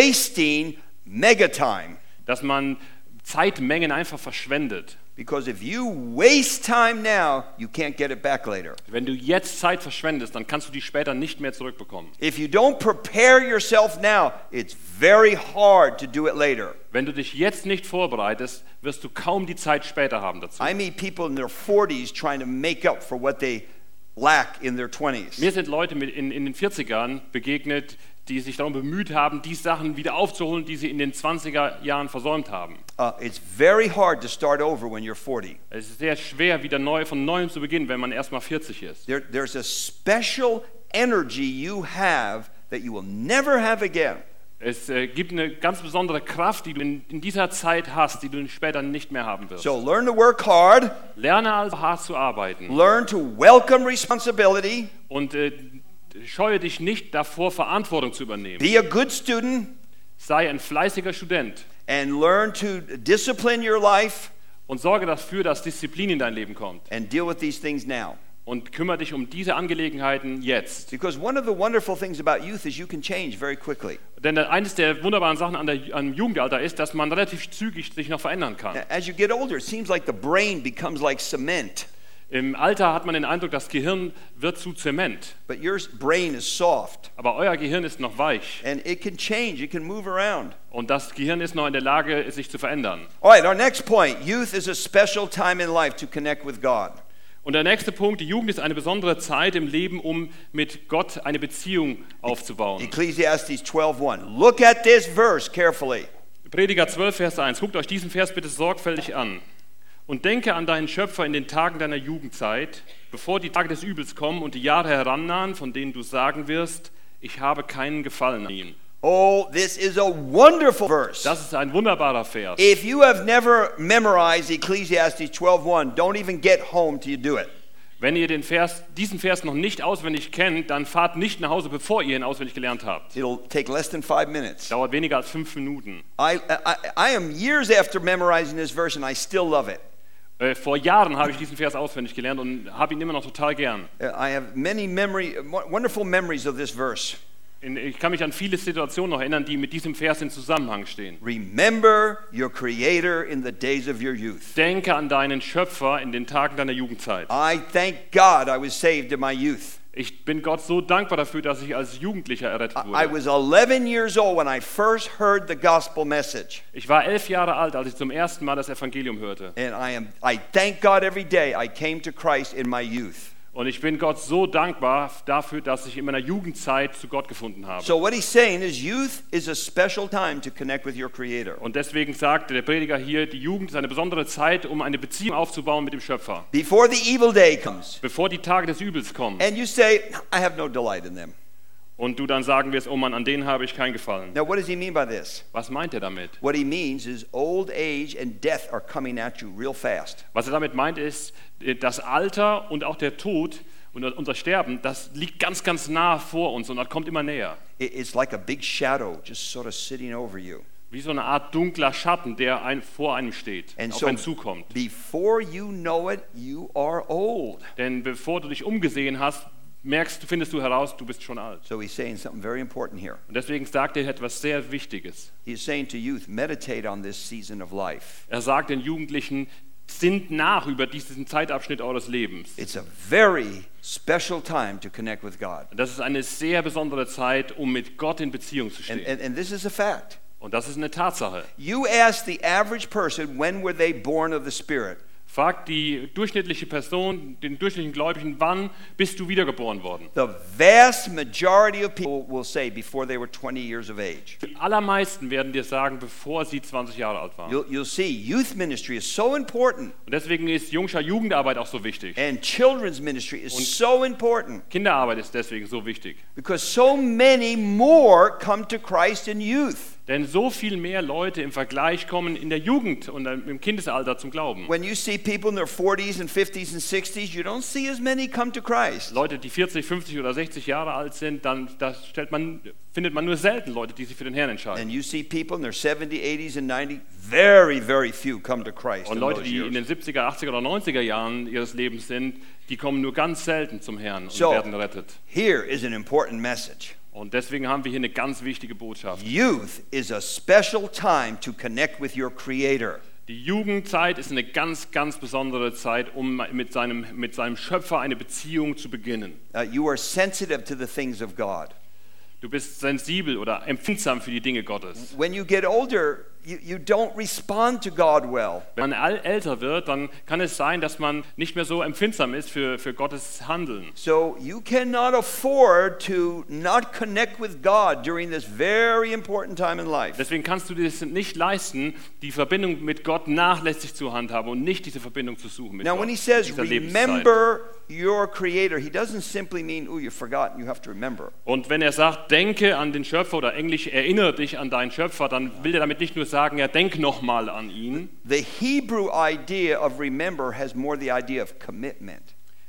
S1: wasting mega time.
S2: dass man Zeitmengen einfach verschwendet.
S1: Because if you waste time now, you can't get it back later.
S2: Wenn du jetzt Zeit verschwendest, dann kannst du die später nicht mehr zurückbekommen.
S1: If you don't prepare yourself now, it's very hard to do it later.
S2: Wenn du dich jetzt nicht vorbereitest, wirst du kaum die Zeit später haben dazu.
S1: I meet people in their 40s trying to make up for what they lack in their 20s.
S2: Mir sind Leute mit in, in den 40ern begegnet, die sich darum bemüht haben, die Sachen wieder aufzuholen, die sie in den 20er Jahren versäumt haben.
S1: Uh, it's very hard to start over when you're 40.
S2: Es ist sehr schwer, wieder neu von neuem zu beginnen, wenn man erst mal 40 ist.
S1: There, there's a special energy you have that you will never have again.
S2: Es äh, gibt eine ganz besondere Kraft, die du in, in dieser Zeit hast, die du später nicht mehr haben wirst.
S1: So learn to work hard,
S2: Lerne also hart zu arbeiten.
S1: learn to welcome responsibility,
S2: Und äh, scheue dich nicht davor, Verantwortung zu übernehmen.
S1: be a good student,
S2: Sei ein fleißiger Student
S1: and learn to discipline your life
S2: und sorge dafür, dass Disziplin in dein Leben kommt.
S1: and deal with these things now.
S2: Und kümmere dich um diese Angelegenheiten jetzt.
S1: Because one of the wonderful things about youth is you can change very quickly.
S2: Denn eines der wunderbaren Sachen an der, am Jugendalter ist, dass man relativ zügig sich noch verändern kann.
S1: As you get older, it seems like the brain becomes like cement.
S2: Im Alter hat man den Eindruck, das Gehirn wird zu Zement,
S1: But your brain is soft
S2: aber euer Gehirn ist noch weich
S1: and it can change, it can move around.
S2: und das Gehirn ist noch in der Lage, es sich zu verändern.
S1: All right, our next point youth is a special time in life to connect with God.
S2: Und der nächste Punkt, die Jugend ist eine besondere Zeit im Leben, um mit Gott eine Beziehung aufzubauen.
S1: Ecclesiastes 12:1. Look at this verse carefully.
S2: Prediger 12, Vers 1. Guckt euch diesen Vers bitte sorgfältig an. Und denke an deinen Schöpfer in den Tagen deiner Jugendzeit, bevor die Tage des Übels kommen und die Jahre herannahen, von denen du sagen wirst, ich habe keinen Gefallen an ihm.
S1: Oh, this is a wonderful verse.
S2: Das ist ein wunderbarer Vers.
S1: If you have never memorized Ecclesiastes 12:1, don't even get home till you do it.
S2: Wenn ihr den Vers, diesen Vers noch nicht auswendig kennt, dann fahrt nicht nach Hause, bevor ihr ihn auswendig gelernt habt.
S1: It'll take less than 5 minutes.
S2: Dauert weniger als fünf Minuten.
S1: I, I I am years after memorizing this verse and I still love it.
S2: Äh, vor Jahren habe ich diesen Vers auswendig gelernt und habe ihn immer noch total gern.
S1: Uh, I have many memory wonderful memories of this verse.
S2: In- Ich kann mich an viele Situationen noch erinnern, die mit diesem Vers in Zusammenhang stehen.
S1: Remember your creator in the days of your youth.
S2: Denke an deinen Schöpfer in den Tagen deiner Jugendzeit.
S1: I thank God I was saved in my youth.
S2: Ich bin Gott so dankbar dafür, dass ich als Jugendlicher errettet
S1: I
S2: wurde.
S1: was 11 years old when I first heard the gospel message,
S2: Ich war elf Jahre alt, als ich zum ersten Mal das Evangelium hörte.
S1: and I am I thank God every day I came to Christ in my youth.
S2: Und ich bin Gott so dankbar dafür, dass ich in meiner Jugendzeit zu Gott gefunden habe.
S1: So what he's saying is youth is a special time to connect with your creator.
S2: Und deswegen sagte der Prediger hier, die Jugend ist eine besondere Zeit, um eine Beziehung aufzubauen mit dem Schöpfer,
S1: Before the evil day comes.
S2: bevor die Tage des Übels kommen.
S1: And you say, I have no delight in them.
S2: Und du dann sagen wirst, oh Mann, an den habe ich keinen Gefallen.
S1: Now what does he mean by this?
S2: Was meint er damit?
S1: What he means is old age and death are coming at you real fast.
S2: Was er damit meint, ist, äh, das Alter und auch der Tod und unser Sterben, das liegt ganz, ganz nah vor uns und das kommt immer näher.
S1: It- It's like a big shadow just sort of sitting over you.
S2: Wie so eine Art dunkler Schatten, der ein, vor einem steht, auf einen zukommt.
S1: before you know it, you are old.
S2: Denn bevor du dich umgesehen hast, merkst, findest du heraus, du bist schon alt.
S1: So he's saying something very important here.
S2: Und deswegen sagt er etwas sehr Wichtiges.
S1: He's saying to youth, meditate on this season of life.
S2: Er sagt den Jugendlichen, sinnt nach über diesen Zeitabschnitt eures Lebens.
S1: It's a very special time to connect with God.
S2: Und Das ist eine sehr besondere Zeit, um mit Gott in Beziehung zu
S1: And,
S2: stehen.
S1: and, and this is a fact.
S2: Und das ist eine Tatsache.
S1: You ask the average person when were they born of the Spirit,
S2: Fragt die durchschnittliche Person, den durchschnittlichen Gläubigen, wann bist du wiedergeboren worden?
S1: the vast majority of people will say before they were 20 years of age.
S2: Die allermeisten werden dir sagen, bevor sie 20 Jahre alt waren.
S1: You'll, you'll see youth ministry is so important,
S2: Und deswegen ist jungscher Jugendarbeit auch so wichtig.
S1: and children's ministry is so important.
S2: Kinderarbeit ist deswegen so wichtig.
S1: Because so many more come to Christ in youth.
S2: Denn so viel mehr Leute im Vergleich kommen in der Jugend und im Kindesalter zum Glauben.
S1: When you see people in their 40s and 50s and 60s, you don't see as many come to Christ.
S2: Leute, die 40, 50 oder 60 Jahre alt sind, dann das stellt man, findet man nur selten Leute, die sich für den Herrn entscheiden.
S1: And you see people in their 70s, 80s, and 90s, very, very few come to Christ.
S2: Und
S1: in
S2: Leute,
S1: those
S2: die
S1: years.
S2: in den 70er, 80er oder 90er Jahren ihres Lebens sind, die kommen nur ganz selten zum Herrn und
S1: So.
S2: werden gerettet.
S1: Here is an important message
S2: Und deswegen haben wir hier eine ganz wichtige Botschaft.
S1: Youth is a special time to connect with your Creator.
S2: Die Jugendzeit ist eine ganz, ganz besondere Zeit, um mit seinem, mit seinem Schöpfer eine Beziehung zu beginnen.
S1: Uh, you are sensitive to the things of God.
S2: Du bist sensibel oder empfindsam für die Dinge Gottes.
S1: When you get older, you, you don't respond to God well.
S2: Wenn man all- älter wird, dann kann es sein, dass man nicht mehr so empfindsam ist für, für Gottes Handeln.
S1: So you cannot afford to not connect with God during this very important time in life.
S2: Deswegen kannst du dir das nicht leisten, die Verbindung mit Gott nachlässig zu handhaben und nicht diese Verbindung zu suchen mit
S1: Now,
S2: Gott.
S1: when he says,
S2: in dieser Lebenszeit.
S1: remember your Creator, he doesn't simply mean, oh, you've forgotten, you have to remember.
S2: Und wenn er sagt, denke an den Schöpfer oder englisch erinnere dich an deinen Schöpfer, dann will er damit nicht nur sagen, ja, denk nochmal an ihn.
S1: The Hebrew idea of remember has more the idea of commitment.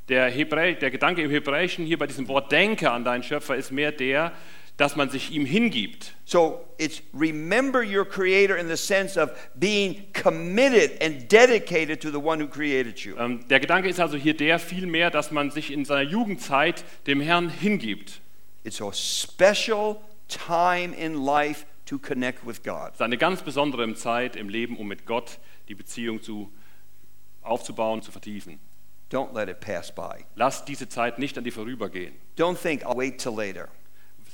S2: Der, Hebrä der Gedanke im Hebräischen hier bei diesem Wort denke an deinen Schöpfer ist mehr der, dass man sich ihm hingibt.
S1: So it's remember your Creator in the sense of being committed and dedicated to the one who created you.
S2: Ähm, der Gedanke ist also hier der vielmehr, dass man sich in seiner Jugendzeit dem Herrn hingibt.
S1: It's a special time in life to connect with God.
S2: Das ist eine ganz besondere Zeit im Leben, um mit Gott die Beziehung zu, aufzubauen, zu vertiefen.
S1: Don't let it pass by.
S2: Lass diese Zeit nicht an dir vorübergehen.
S1: Don't think, I'll wait till later.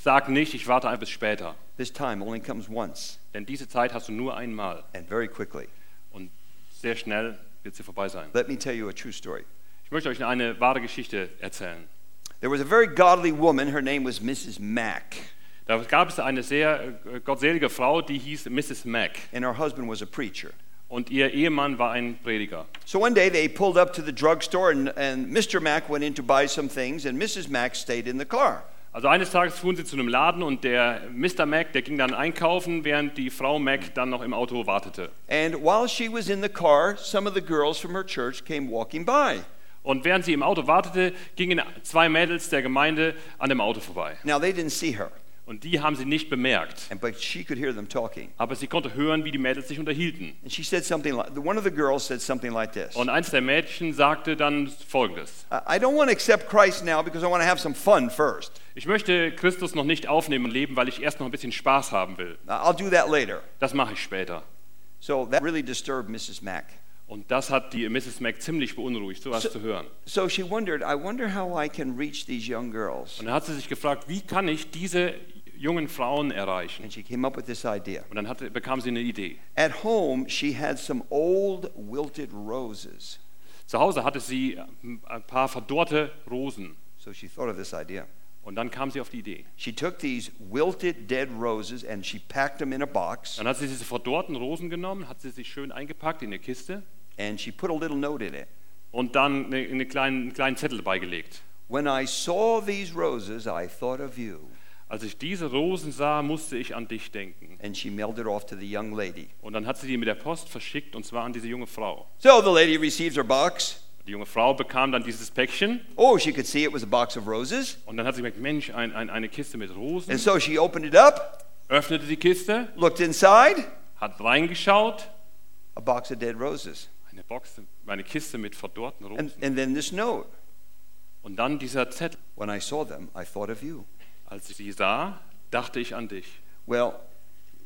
S2: Sag nicht, ich warte ein bis später.
S1: This time only comes once
S2: Denn diese Zeit hast du nur einmal.
S1: and very quickly.
S2: Und sehr schnell wird sie vorbei sein.
S1: Let me tell you a true story.
S2: Ich möchte euch eine wahre Geschichte erzählen.
S1: There was a very godly woman. Her name was Mrs. Mack,
S2: Da gab es eine sehr äh, gottselige Frau, die hieß Mrs. Mack.
S1: and her husband was a preacher.
S2: Und ihr Ehemann war ein Prediger.
S1: So one day they pulled up to the drugstore, and, and Mr. Mack went in to buy some things, and Mrs. Mack stayed in the car.
S2: Also eines Tages fuhren sie zu einem Laden und der Mr. Mack, der ging dann einkaufen, während die Frau Mack dann noch im Auto wartete.
S1: And while she was in the car, some of the girls from her church came walking by.
S2: Und während sie im Auto wartete, gingen zwei Mädels der Gemeinde an dem Auto vorbei.
S1: Now they didn't see her,
S2: Und die haben sie nicht bemerkt.
S1: and, but she could hear them talking.
S2: Aber sie konnte hören, wie die Mädels sich unterhielten.
S1: And she said something like, one of the girls said something like this
S2: Und eins der Mädchen sagte dann folgendes:
S1: "I- I don't want to accept Christ now because I want to have some fun first.
S2: Ich möchte Christus noch nicht aufnehmen und leben, weil ich erst noch ein bisschen Spaß haben will.
S1: I- I'll do that later.
S2: Das mache ich später.
S1: So that really disturbed Mrs. Mack.
S2: Und das hat die Mrs. Mack ziemlich beunruhigt, sowas
S1: So-
S2: zu hören.
S1: So she wondered, I wonder how I can reach these young girls.
S2: Und dann hat sie sich gefragt, wie kann ich diese jungen Frauen erreichen?
S1: And she came up with this idea.
S2: Und dann hatte, bekam sie eine Idee.
S1: At home, she had some old wilted roses.
S2: Zu Hause hatte sie äh, ein paar verdorrte Rosen.
S1: So she thought of this idea.
S2: Und dann kam sie auf die Idee.
S1: She took these wilted dead roses and she packed them in a box
S2: Dann hat sie diese verdorrten Rosen genommen, hat sie sich schön eingepackt in eine Kiste
S1: and she put a little note in it.
S2: und dann eine, eine kleinen, einen kleinen Zettel beigelegt.
S1: When I saw these roses, I thought of you.
S2: Als ich diese Rosen sah, musste ich an dich denken.
S1: And she mailed it off to the young lady.
S2: Und dann hat sie die mit der Post verschickt, und zwar an diese junge Frau.
S1: So the lady received her box.
S2: Die junge Frau bekam dann dieses Päckchen
S1: Oh, she could see it was a box of roses.
S2: und dann hat sie gemerkt, Mensch, ein, ein, eine Kiste mit
S1: And
S2: Rosen.
S1: so she opened it up,
S2: Öffnete die Kiste,
S1: looked inside,
S2: hat reingeschaut,
S1: a box of dead roses.
S2: eine Box, eine Kiste mit verdorrten
S1: And,
S2: Rosen.
S1: and then this note.
S2: Und dann dieser Zettel.
S1: When I saw them, I thought of you.
S2: Als ich sie sah, dachte ich an dich.
S1: Well,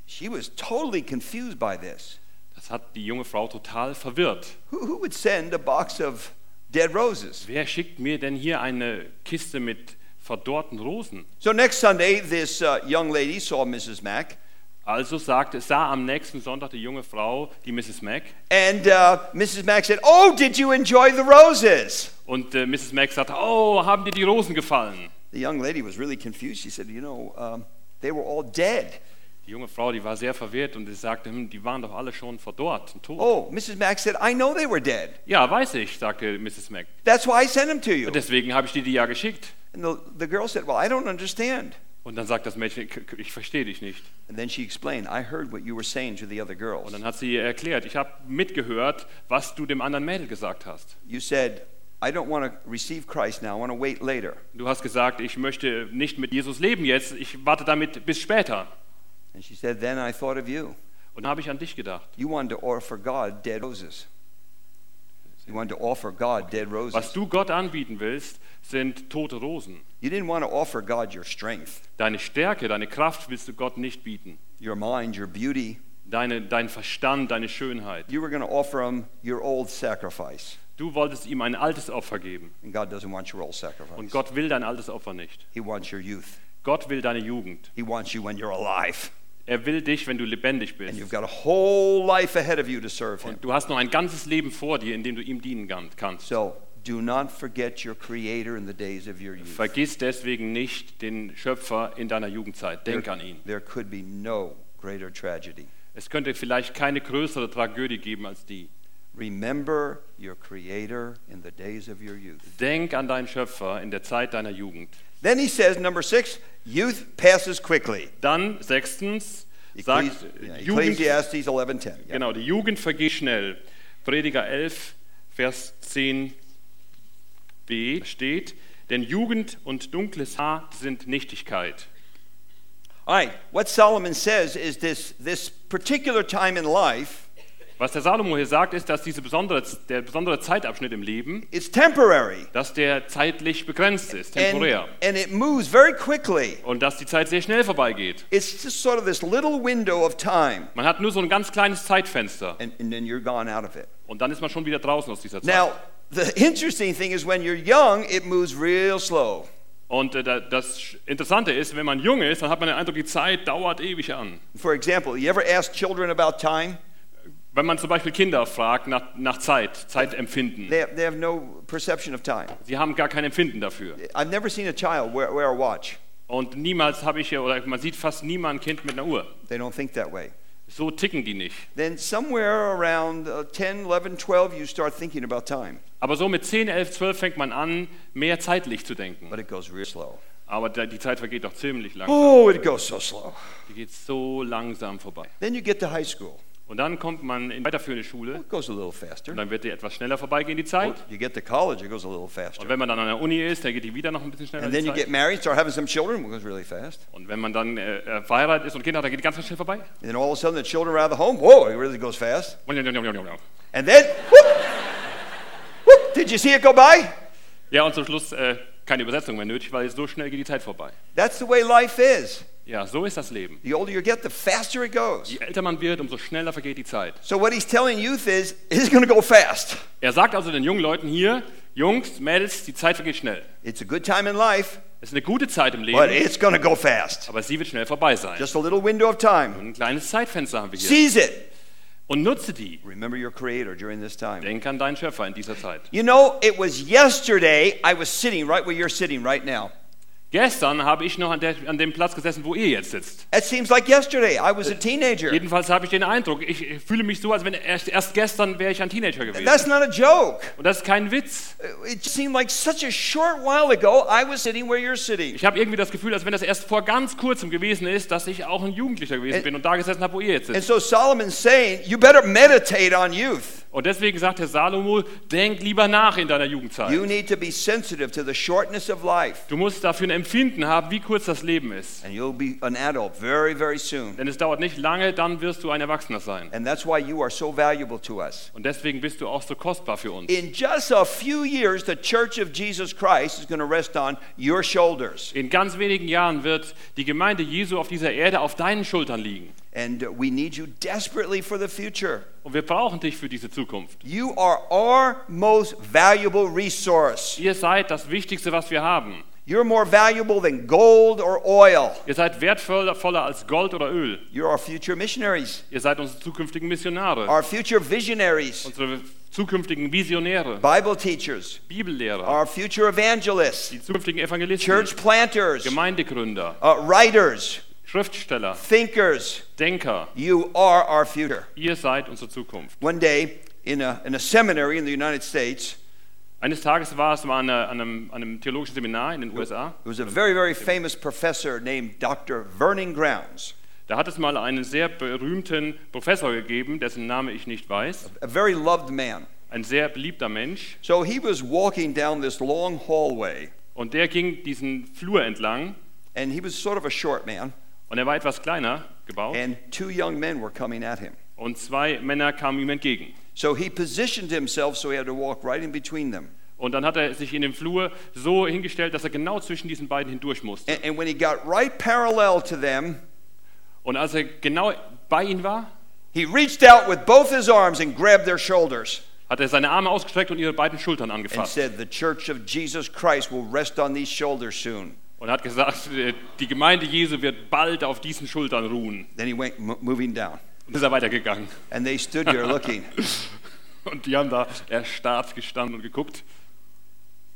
S1: she was totally confused by this.
S2: Das hat die junge Frau total verwirrt.
S1: Who, who would send a box of dead roses?
S2: Wer schickt mir denn hier eine Kiste mit verdorrten Rosen?
S1: So next Sunday, this uh, young lady saw Mrs. Mack,
S2: Also sagte, sah am nächsten Sonntag die junge Frau, die Mrs. Mack,
S1: and uh, Mrs. Mack said, Oh, did you enjoy the roses?
S2: und äh, Mrs. Mack sagte, oh, haben dir die Rosen gefallen?
S1: The young lady was really confused. She said, You know, um, they were all dead.
S2: Die junge Frau, die war sehr verwirrt und sie sagte, hm, die waren doch alle schon verdorrt und tot.
S1: Oh, Mrs. Mack said, I know they were dead.
S2: Ja, weiß ich, sagte Mrs. Mack.
S1: That's why I sent them to you.
S2: Und deswegen habe ich dir die ja geschickt.
S1: And the, the girl said, Well, I don't understand.
S2: Und dann sagt das Mädchen, "K- k- ich verstehe dich nicht.
S1: And then she explained, I heard what you were saying to the other
S2: Und
S1: girls.
S2: dann hat sie ihr erklärt, ich habe mitgehört, was du dem anderen Mädel gesagt hast.
S1: You said, I don't want to receive Christ now. I want to wait later.
S2: Du hast gesagt, ich möchte nicht mit Jesus leben jetzt, ich warte damit bis später.
S1: And she said, Then I thought of you.
S2: Und da habe ich an dich gedacht.
S1: You wanted to offer God dead roses. You wanted to offer God dead
S2: Was
S1: roses.
S2: du Gott anbieten willst, sind tote Rosen.
S1: You didn't want to offer God your strength,
S2: Deine Stärke, deine Kraft willst du Gott nicht bieten.
S1: your mind, your beauty.
S2: Deine, dein Verstand, deine Schönheit.
S1: You were going to offer Him your old sacrifice.
S2: Du wolltest ihm ein altes Opfer geben.
S1: And God doesn't want your old sacrifice.
S2: Und Gott will dein altes Opfer nicht.
S1: He wants your youth.
S2: Gott will deine Jugend.
S1: He wants you when you're alive.
S2: Er will dich, wenn du lebendig
S1: And you've
S2: bist.
S1: got a whole life ahead of you to serve Him.
S2: Und du hast noch ein ganzes Leben vor dir, in dem du ihm dienen gan- kannst.
S1: So do not forget your Creator in the days of your youth.
S2: Vergiss deswegen nicht den Schöpfer in deiner Jugendzeit. Denk an ihn.
S1: There could be no greater tragedy.
S2: Es könnte vielleicht keine größere Tragödie geben als die.
S1: Remember your Creator in the days of your youth.
S2: Denk an deinen Schöpfer in der Zeit deiner Jugend.
S1: Then he says, number six, youth passes quickly.
S2: Dann sechstens sagt
S1: Ecclesi- yeah,
S2: äh, Jugend,
S1: Ecclesiastes 11:10. Yeah.
S2: genau, die Jugend vergeht schnell. Prediger 11, Vers 10b steht, denn Jugend und dunkles Haar sind Nichtigkeit.
S1: All right. What Solomon says is this: this particular time in life,
S2: Was der Salomo hier sagt, ist, dass diese besondere, der besondere Zeitabschnitt im Leben,
S1: it's temporary
S2: dass der zeitlich begrenzt ist,
S1: and,
S2: temporär.
S1: and it moves very quickly.
S2: Und dass die Zeit sehr schnell vorbeigeht.
S1: It's just sort of this little window of time,
S2: Man hat nur so ein ganz kleines Zeitfenster
S1: and, and then you're gone out of it.
S2: und dann ist man schon wieder draußen aus dieser Zeit.
S1: Now, The interesting thing is when you're young, it moves real slow.
S2: Und äh, da- das Interessante ist, wenn man jung ist, dann hat man den Eindruck, die Zeit dauert ewig an.
S1: For example, you ever ask children about time?
S2: Wenn man zum Beispiel Kinder fragt nach, nach Zeit, Zeitempfinden,
S1: They have, they have no perception of time.
S2: sie haben gar kein Empfinden dafür.
S1: I've never seen a child wear, wear a watch.
S2: Und niemals habe ich ja, oder man sieht fast nie mal ein Kind mit einer Uhr.
S1: They don't think that way.
S2: So ticken die nicht.
S1: Then somewhere around uh, 10, 11, 12, you start thinking about time,
S2: Aber so mit 10, 11, 12 fängt man an, mehr zeitlich zu denken.
S1: but it goes real slow.
S2: Aber da- die Zeit vergeht doch ziemlich lang.
S1: Oh, it goes so slow.
S2: Die geht so langsam vorbei.
S1: Then you get to high school.
S2: Und dann kommt man in weiterführende Schule
S1: It goes a little
S2: und
S1: faster.
S2: dann wird die etwas schneller vorbeigehen, die Zeit.
S1: You get to college, it goes a little
S2: Und
S1: faster.
S2: wenn man dann an der Uni ist, dann geht die wieder noch ein bisschen schneller.
S1: And
S2: Die
S1: then you get
S2: Zeit.
S1: married, start having some children, it goes really fast.
S2: Und wenn man dann äh, äh, verheiratet ist und Kinder hat, dann geht die ganz, ganz schnell vorbei.
S1: And then all of a sudden the children are out of the home. Whoa, it really goes fast. And then, whoop, whoop, did you see it go by?
S2: Ja, und zum Schluss äh, keine Übersetzung mehr nötig, weil so schnell geht die Zeit vorbei.
S1: That's the way life is.
S2: Ja, so ist das Leben.
S1: The older you get, the faster it goes.
S2: Je älter man wird, umso schneller vergeht die Zeit.
S1: So what he's telling youth is, it's going to go fast.
S2: Er sagt also den jungen Leuten hier, Jungs, Mädels, die Zeit vergeht schnell.
S1: It's a good time in life,
S2: Es ist eine gute Zeit im
S1: but
S2: Leben,
S1: it's going to go fast.
S2: aber sie wird schnell vorbei sein.
S1: Just a little window of time.
S2: Ein kleines Zeitfenster haben wir hier.
S1: Seize it.
S2: Und nutze die.
S1: Remember your Creator during this time.
S2: Denk an deinen Schöpfer in dieser Zeit.
S1: You know, it was yesterday I was sitting right where you're sitting right now.
S2: Gestern habe ich noch an, der, an dem Platz gesessen, wo ihr jetzt sitzt.
S1: It seems like yesterday I was a teenager.
S2: Jedenfalls habe ich den Eindruck, ich ich fühle mich so, als wenn erst, erst gestern wäre ich ein Teenager gewesen.
S1: That's not a joke.
S2: Und das ist kein Witz.
S1: It seemed like such a short while ago I was sitting where you're sitting.
S2: Ich habe irgendwie das Gefühl, als wenn das erst vor ganz kurzem gewesen ist, dass ich auch ein Jugendlicher gewesen bin und da gesessen habe, wo ihr jetzt
S1: And
S2: sitzt.
S1: so Solomon's saying, you better meditate on youth.
S2: Und deswegen sagt Herr Salomo, denk lieber nach in deiner Jugendzeit.
S1: You need to be sensitive to the shortness of life.
S2: Du musst dafür ein Empfinden haben, wie kurz das Leben ist.
S1: And you'll be an adult very, very soon.
S2: Denn es dauert nicht lange, dann wirst du ein Erwachsener sein.
S1: And that's why you are so valuable to us.
S2: Und deswegen bist du auch so kostbar für uns.
S1: In just a few years, the Church of Jesus Christ is going to rest on your shoulders.
S2: In ganz wenigen Jahren wird die Gemeinde Jesu auf dieser Erde auf deinen Schultern liegen.
S1: And we need you desperately for the future.
S2: Und wir brauchen dich für diese Zukunft.
S1: You are our most valuable resource.
S2: Ihr seid das Wichtigste, was wir haben.
S1: You're more valuable than gold or oil.
S2: Ihr seid wertvoller voller als Gold oder Öl.
S1: You're our future missionaries,
S2: Ihr seid unsere zukünftigen Missionare,
S1: our future visionaries,
S2: unsere zukünftigen Visionäre,
S1: Bible teachers,
S2: Bibellehrer,
S1: our future evangelists,
S2: die zukünftigen Evangelisten,
S1: church planters,
S2: Gemeindegründer,
S1: uh, writers,
S2: Schriftsteller,
S1: thinkers.
S2: Denker.
S1: You are our future.
S2: Ihr seid unsere Zukunft.
S1: One day, in a, in a seminary in the United States,
S2: Eines Tages war es war an, einer- an, einem, an einem theologischen Seminar in den USA.
S1: there was a very, very famous professor named Dr. Vernon Grounds,
S2: Da hat es mal einen sehr berühmten Professor gegeben, dessen Name ich nicht weiß.
S1: a very loved man.
S2: Ein sehr beliebter Mensch.
S1: So he was walking down this long hallway,
S2: Und der ging diesen Flur entlang.
S1: and he was sort of a short man,
S2: Und er war etwas kleiner gebaut.
S1: and two young men were coming at him.
S2: Und zwei Männer kamen ihm entgegen.
S1: So he positioned himself so he had to walk right in between them.
S2: Und dann hat er sich in dem Flur so hingestellt, dass er genau zwischen diesen beiden hindurch musste.
S1: And, and when he got right parallel to them,
S2: Und als er genau bei ihnen war,
S1: he reached out with both his arms and grabbed their shoulders
S2: hat er seine Arme ausgestreckt und ihre beiden Schultern
S1: and
S2: angefasst.
S1: said, The church of Jesus Christ will rest on these shoulders soon.
S2: Und hat gesagt, äh, die Gemeinde Jesu wird bald auf diesen Schultern ruhen.
S1: Then he went m- moving down.
S2: Und ist er weitergegangen.
S1: And they stood there looking.
S2: Und die haben da erstarrt gestanden und geguckt.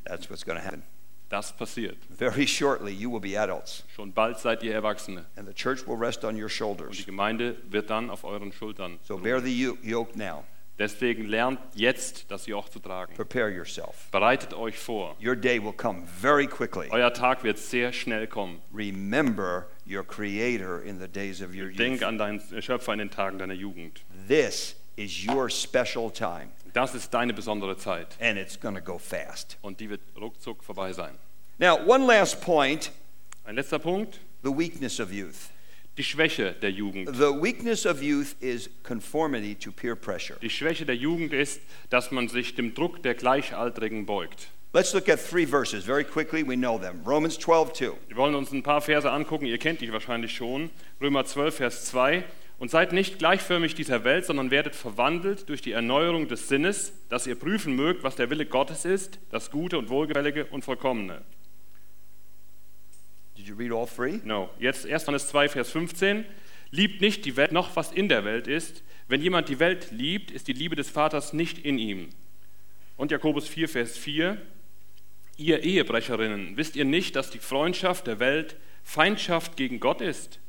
S1: That's what's going to happen.
S2: Das passiert.
S1: Very shortly, you will be adults,
S2: Schon bald seid ihr Erwachsene.
S1: and the church will rest on your
S2: Und die
S1: shoulders.
S2: Gemeinde wird dann auf euren Schultern.
S1: So bear the yo- yoke now.
S2: Deswegen lernt jetzt, das Joch zu tragen.
S1: Prepare yourself.
S2: Bereitet euch vor.
S1: Your day will come very quickly.
S2: Euer Tag wird sehr schnell kommen.
S1: Remember your Creator in the days of your
S2: Denk
S1: youth.
S2: an deinen Schöpfer in den Tagen deiner Jugend.
S1: This is your special time,
S2: Das ist deine besondere Zeit.
S1: and it's going to go fast.
S2: Und die wird ruckzuck vorbei sein.
S1: Now, one last point
S2: Ein letzter Punkt.
S1: the weakness of youth.
S2: Die Schwäche der Jugend.
S1: The weakness of youth is conformity to peer pressure.
S2: Die Schwäche der Jugend ist, dass man sich dem Druck der Gleichaltrigen beugt.
S1: Let's look at three verses very quickly. We know them. Romans 12, 2.
S2: Wir wollen uns ein paar Verse angucken. Ihr kennt die wahrscheinlich schon. Römer 12, Vers 2. Und seid nicht gleichförmig dieser Welt, sondern werdet verwandelt durch die Erneuerung des Sinnes, dass ihr prüfen mögt, was der Wille Gottes ist, das Gute und Wohlgefällige und Vollkommene.
S1: Did you read all three?
S2: No. Jetzt 1. Johannes 2, Vers 15. Liebt nicht die Welt noch, was in der Welt ist. Wenn jemand die Welt liebt, ist die Liebe des Vaters nicht in ihm. Und Jakobus 4, Vers 4. Ihr Ehebrecherinnen, wisst ihr nicht, dass die Freundschaft der Welt Feindschaft gegen Gott ist?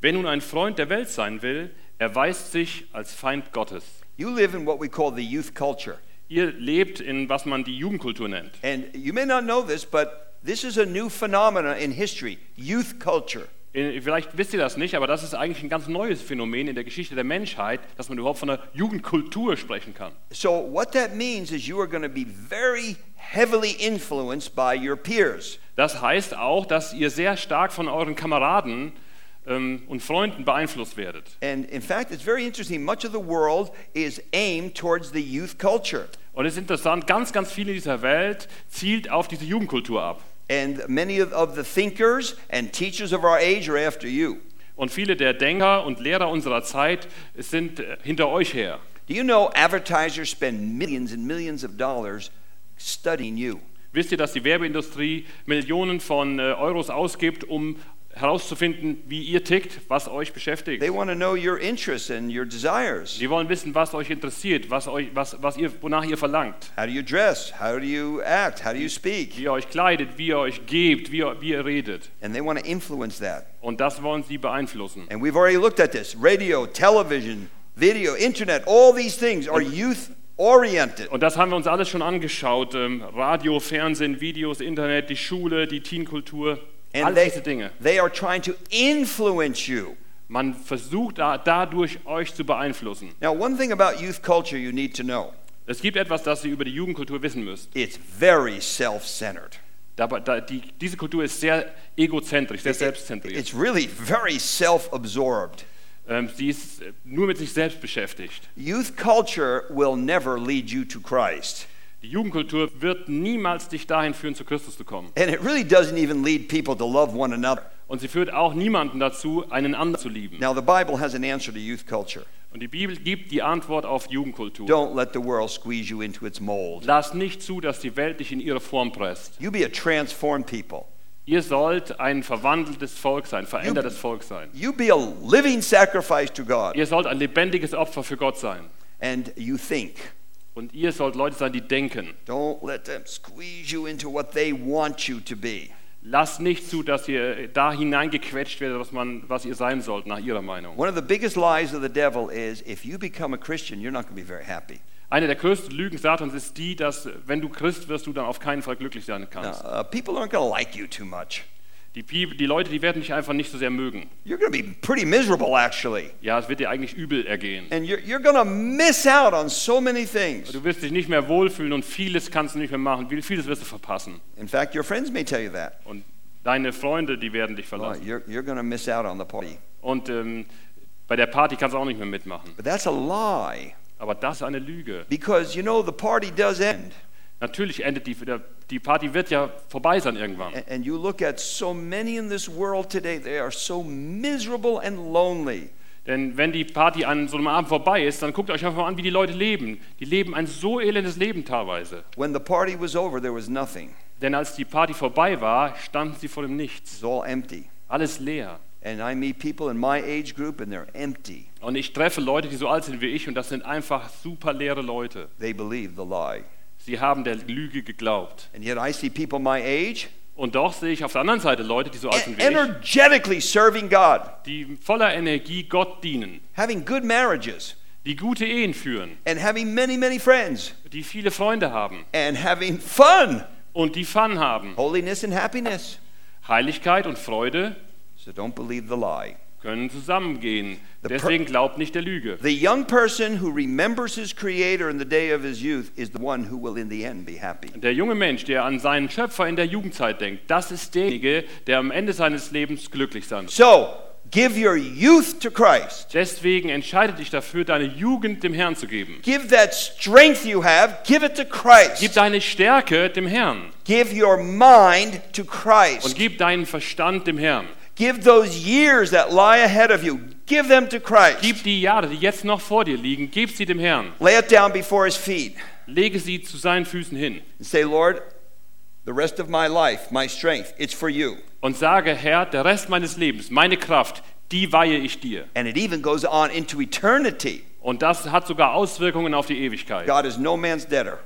S2: Wer nun ein Freund der Welt sein will, erweist sich als Feind Gottes.
S1: You live in what we call the youth culture.
S2: Ihr lebt in, was man die Jugendkultur nennt.
S1: And you may not know this, but this is a new phenomenon in history youth culture.
S2: In- Vielleicht wisst ihr das nicht, aber das ist eigentlich ein ganz neues Phänomen in der Geschichte der Menschheit, dass man überhaupt von einer Jugendkultur sprechen kann.
S1: So, what that means is you are going to be very heavily influenced by your peers.
S2: Das heißt auch, dass ihr sehr stark von euren Kameraden ähm, und Freunden beeinflusst werdet.
S1: And in fact, it's very interesting. Much of the world is aimed towards the youth culture.
S2: Und es ist interessant, ganz, ganz viel in dieser Welt zielt auf diese Jugendkultur ab.
S1: And many of, of the thinkers and teachers of our age are after you.
S2: Und viele der Denker und Lehrer unserer Zeit sind äh, hinter euch her.
S1: Do you know advertisers spend millions and millions of dollars studying you?
S2: Wisst ihr, dass die Werbeindustrie Millionen von äh, Euros ausgibt, um herauszufinden, wie ihr tickt, was euch beschäftigt?
S1: They want to know your interests and your desires.
S2: Sie wollen wissen, was euch interessiert, was euch, was, was ihr, wonach ihr verlangt,
S1: How do you dress? How do you act? How do you
S2: wie
S1: speak?
S2: ihr euch kleidet, wie ihr euch gebt, wie ihr, wie ihr redet.
S1: And they want to influence that.
S2: Und das wollen sie beeinflussen.
S1: And we've already looked at this radio, television, video, internet, all these things are youth oriented.
S2: Und das haben wir uns alles schon angeschaut. Ähm, Radio, Fernsehen, Videos, Internet, die Schule, die Teenkultur, all
S1: And they,
S2: diese Dinge.
S1: they are trying to influence you.
S2: Man versucht da, dadurch, euch zu beeinflussen.
S1: Now, one thing about youth culture you need to know
S2: Es gibt etwas, das ihr über die Jugendkultur wissen müsst.
S1: it's very self centered.
S2: Dabei, da, die, diese Kultur ist sehr egozentrisch, sehr selbstzentriert.
S1: It's really very self absorbed.
S2: Ähm, sie ist äh, nur mit sich selbst beschäftigt.
S1: Youth culture will never lead you to Christ.
S2: Die Jugendkultur wird niemals dich dahin führen, zu Christus zu kommen.
S1: And it really doesn't even lead people to love one another.
S2: Und sie führt auch niemanden dazu, einen anderen zu lieben.
S1: Now, the Bible has an answer to youth culture.
S2: Und die Bibel gibt die Antwort auf Jugendkultur.
S1: Don't let the world squeeze you into its mold.
S2: Lass nicht zu, dass die Welt dich in ihre Form presst.
S1: You be a transformed people.
S2: Ihr sollt ein verwandeltes Volk sein, verändertes Volk sein.
S1: You be a living sacrifice to God.
S2: Ihr sollt ein lebendiges Opfer für Gott sein.
S1: And you think.
S2: Und ihr sollt Leute sein, die denken.
S1: Don't let them squeeze you into what they want you to be.
S2: Lasst nicht zu, dass ihr da hineingequetscht werdet, was, man, was ihr sein sollt, nach ihrer Meinung.
S1: One of the biggest lies of the devil is if you become a Christian, you're not going to be very happy.
S2: Eine der größten Lügen Satans ist die, dass wenn du Christ wirst, du dann auf keinen Fall glücklich sein
S1: Now,
S2: kannst.
S1: uh, people aren't going to like you too much.
S2: Die, Bibel, die Leute, die werden dich einfach nicht so sehr mögen.
S1: You're going to be pretty miserable, actually.
S2: Ja, es wird dir eigentlich übel ergehen.
S1: And you're, you're going to miss out on so many things.
S2: Du wirst dich nicht mehr wohlfühlen und vieles kannst du nicht mehr machen. Viel- Vieles wirst du verpassen.
S1: In fact, your friends may tell you that.
S2: Und deine Freunde, die werden dich
S1: Well,
S2: verlassen.
S1: you're you're going to miss out on the party.
S2: Und ähm, bei der Party kannst du auch nicht mehr mitmachen.
S1: But that's a lie
S2: Aber das ist eine Lüge.
S1: because, you know, the party does end.
S2: Natürlich endet die, die Party wird ja vorbei sein irgendwann.
S1: A- And you look at so many in this world today, they are so miserable and lonely.
S2: Denn wenn die Party an so einem Abend vorbei ist, dann guckt euch einfach mal an, wie die Leute leben. Die leben ein so elendes Leben teilweise.
S1: When the party was over, there was nothing.
S2: Denn als die Party vorbei war, standen sie vor dem Nichts.
S1: It's all empty.
S2: Alles leer.
S1: And I meet people in my age group and they're empty.
S2: Und ich treffe Leute, die so alt sind wie ich, und das sind einfach super leere Leute.
S1: They believe the lie.
S2: Sie haben der Lüge geglaubt.
S1: And yet I see people my age
S2: Und doch sehe ich auf der anderen Seite Leute, die so alt
S1: e-
S2: sind wie ich,
S1: energetically serving God,
S2: die voller Energie Gott dienen,
S1: having good marriages,
S2: die gute Ehen führen,
S1: and having many, many friends,
S2: die viele Freunde haben
S1: and having fun,
S2: und die Fun haben.
S1: holiness and happiness.
S2: Heiligkeit und Freude
S1: So don't believe the lie.
S2: können zusammengehen.
S1: The per-
S2: Deswegen glaubt nicht der Lüge.
S1: The young person who remembers his Creator in the day of his youth is the one who will in the end be happy.
S2: Der junge Mensch, der an seinen Schöpfer in der Jugendzeit denkt, das ist derjenige, der am Ende seines Lebens glücklich sein wird.
S1: So give your youth to Christ.
S2: Deswegen entscheide dich dafür, deine Jugend dem Herrn zu geben.
S1: Give that strength you have, give it to
S2: Gib
S1: Christ.
S2: deine Stärke dem Herrn
S1: Give your mind to
S2: und
S1: Christ.
S2: gib deinen Verstand dem Herrn.
S1: Give those years that lie ahead of you, give them to Christ.
S2: Gib die Jahre, die jetzt noch vor dir liegen, gib sie dem Herrn.
S1: Lay it down before his feet
S2: Lege sie zu seinen Füßen hin
S1: and say, Lord, the rest of my life, my strength, it's for you.
S2: und sage, Herr, der Rest meines Lebens, meine Kraft, die weihe ich dir.
S1: And it even goes on into eternity.
S2: Und das hat sogar Auswirkungen auf die Ewigkeit.
S1: God is no man's debtor.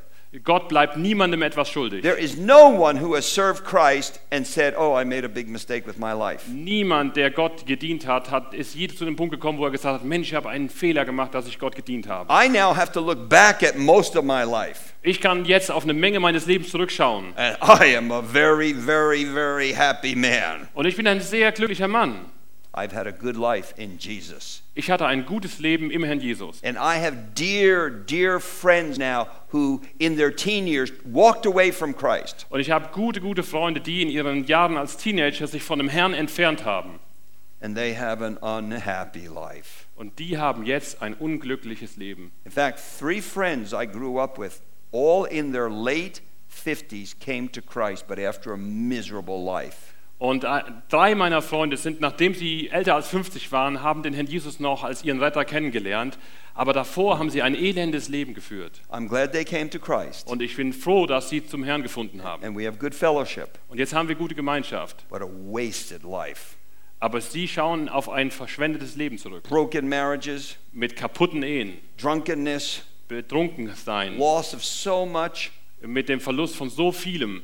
S2: Gott bleibt niemandem etwas schuldig.
S1: There is no one who has served Christ and said, Oh, I made a big mistake with my life.
S2: Niemand, der Gott gedient hat, hat ist je zu dem Punkt gekommen, wo er gesagt hat, Mensch, ich habe einen Fehler gemacht, dass ich Gott gedient habe.
S1: I now have to look back at most of my life.
S2: Ich kann jetzt auf eine Menge meines Lebens zurückschauen.
S1: And I am a very, very, very happy man.
S2: Und ich bin ein sehr glücklicher Mann.
S1: I've had a good life in Jesus.
S2: Ich hatte ein gutes Leben im Herrn Jesus.
S1: And I have dear, dear friends now who, in their teen years, walked away from Christ.
S2: Und ich habe gute, gute Freunde, die in ihren Jahren als Teenager sich von dem Herrn entfernt haben.
S1: And they have an unhappy life.
S2: Und die haben jetzt ein unglückliches Leben.
S1: In fact, three friends I grew up with, all in their late 50s, came to Christ, but after a miserable life.
S2: Und äh, drei meiner Freunde sind, nachdem sie älter als 50 waren, haben den Herrn Jesus noch als ihren Retter kennengelernt. Aber davor haben sie ein elendes Leben geführt.
S1: I'm glad they came to Christ,
S2: Und ich bin froh, dass sie zum Herrn gefunden haben.
S1: and we have good fellowship,
S2: Und jetzt haben wir gute Gemeinschaft.
S1: but a wasted life.
S2: Aber sie schauen auf ein verschwendetes Leben zurück.
S1: Broken marriages,
S2: Mit kaputten Ehen,
S1: drunkenness,
S2: betrunken sein,
S1: loss of so much.
S2: mit dem Verlust von so vielem.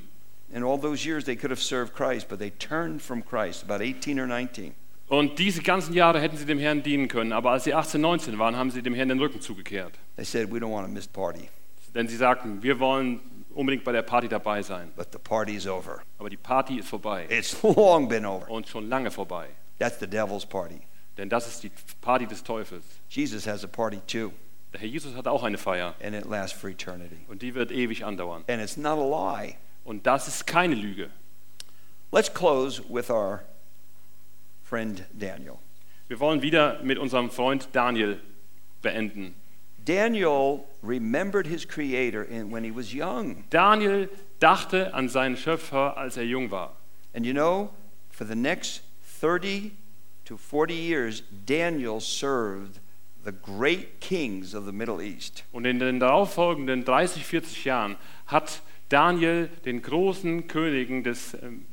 S1: In all those years, they could have served Christ, but they turned from Christ about 18 or 19.
S2: Und diese ganzen Jahre hätten sie dem Herrn dienen können. Aber als sie 18, 19 waren, haben sie dem Herrn den Rücken zugekehrt.
S1: They said, We don't want to miss party,
S2: Denn sie sagten, wir wollen unbedingt bei der Party dabei sein.
S1: but the party's over.
S2: Aber die Party ist vorbei.
S1: It's long been over.
S2: und schon lange vorbei.
S1: That's the devil's party.
S2: Denn das ist die Party des Teufels.
S1: Jesus has a party too,
S2: Der Herr Jesus hat auch eine Feier
S1: and it lasts for eternity.
S2: und die wird ewig andauern.
S1: And it's not a lie.
S2: Und das ist keine Lüge.
S1: Let's close with our friend Daniel.
S2: Wir wollen wieder mit unserem Freund Daniel beenden.
S1: Daniel remembered his creator in, when he was young.
S2: Daniel dachte an seinen Schöpfer, als er jung war.
S1: And you know, for the next 30 to 40 years, Daniel served the great kings of the Middle East.
S2: Und in den darauffolgenden 30, 40 Jahren hat Daniel den großen Königen des ähm,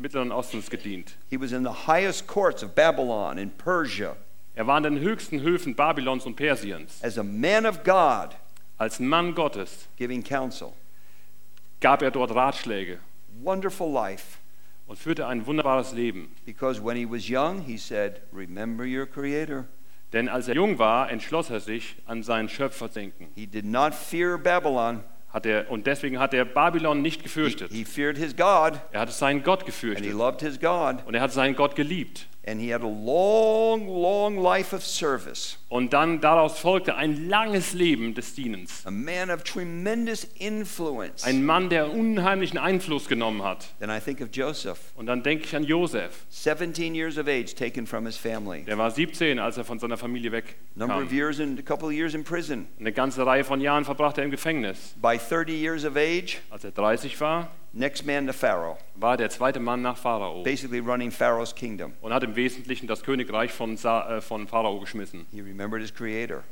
S2: Mittleren Ostens gedient.
S1: He was in the highest courts of Babylon and Persia
S2: Er war in den höchsten Höfen Babylons und Persiens.
S1: as a man of God
S2: Als Mann Gottes
S1: giving counsel.
S2: gab er dort Ratschläge.
S1: Wonderful life
S2: und führte ein wunderbares Leben.
S1: because when he was young, he said, Remember your creator.
S2: Denn als er jung war, entschloss er sich, an seinen Schöpfer zu denken.
S1: He did not fear Babylon.
S2: Hat er, und deswegen hat er Babylon nicht gefürchtet.
S1: He feared his God
S2: Er hatte seinen Gott
S1: and he
S2: gefürchtet
S1: loved his God.
S2: und er hat seinen Gott geliebt.
S1: And he had a long, long life of service.
S2: Und dann daraus folgte ein langes Leben des Dienens.
S1: A man of tremendous influence.
S2: Ein Mann, der unheimlichen Einfluss genommen hat.
S1: Then I think of Joseph,
S2: Und dann denke ich an Josef.
S1: 17 years of age, taken from his family.
S2: Der war 17, als er von seiner Familie
S1: Number of
S2: wegkam.
S1: years in a couple of years in prison.
S2: Eine ganze Reihe von Jahren verbrachte er im Gefängnis.
S1: By 30 years of age,
S2: Als er 30 war,
S1: next man to Pharaoh,
S2: war er der zweite Mann nach Pharao.
S1: basically running Pharaoh's kingdom.
S2: und hat im Wesentlichen das Königreich von, Sa äh, von Pharao geschmissen.
S1: He remembered his creator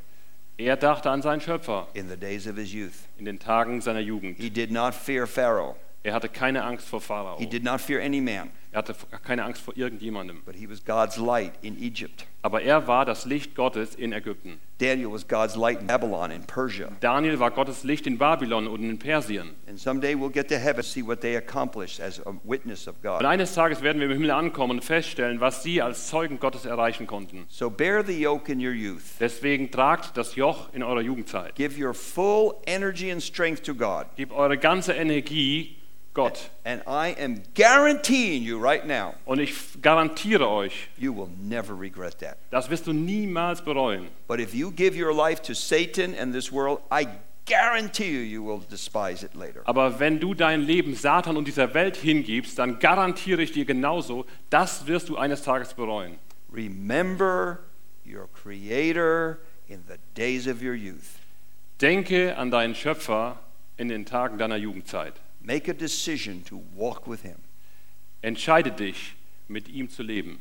S2: Er dachte an seinen Schöpfer
S1: in the days of his youth.
S2: in den Tagen seiner Jugend.
S1: He did not fear Pharaoh.
S2: Er hatte keine Angst vor Pharao.
S1: He did not fear any man,
S2: Er hatte f- keine Angst vor irgendjemandem.
S1: but he was God's light in Egypt.
S2: Aber er war das Licht Gottes in Ägypten.
S1: Daniel was God's light in Babylon and Persia.
S2: Daniel war Gottes Licht in Babylon und in Persien.
S1: And someday we'll get to heaven, see what they accomplished as a witness of
S2: Und
S1: God.
S2: eines Tages werden wir im Himmel ankommen und feststellen, was sie als Zeugen Gottes erreichen konnten.
S1: So bear the yoke in your youth.
S2: Deswegen tragt das Joch in eurer Jugendzeit.
S1: Give your full energy and strength to God.
S2: Gebt eure ganze Energie Gott.
S1: And I am guaranteeing you right now,
S2: Und ich f- garantiere euch,
S1: you will never regret that.
S2: das wirst du niemals bereuen.
S1: But if you give your life to Satan and this world, I guarantee you, you will despise it later.
S2: Aber wenn du dein Leben Satan und dieser Welt hingibst, dann garantiere ich dir genauso, das wirst du eines Tages bereuen.
S1: Remember your Creator in the days of your youth.
S2: Denke an deinen Schöpfer in den Tagen deiner Jugendzeit.
S1: Make a decision to walk with Him.
S2: Entscheide dich, mit ihm zu leben.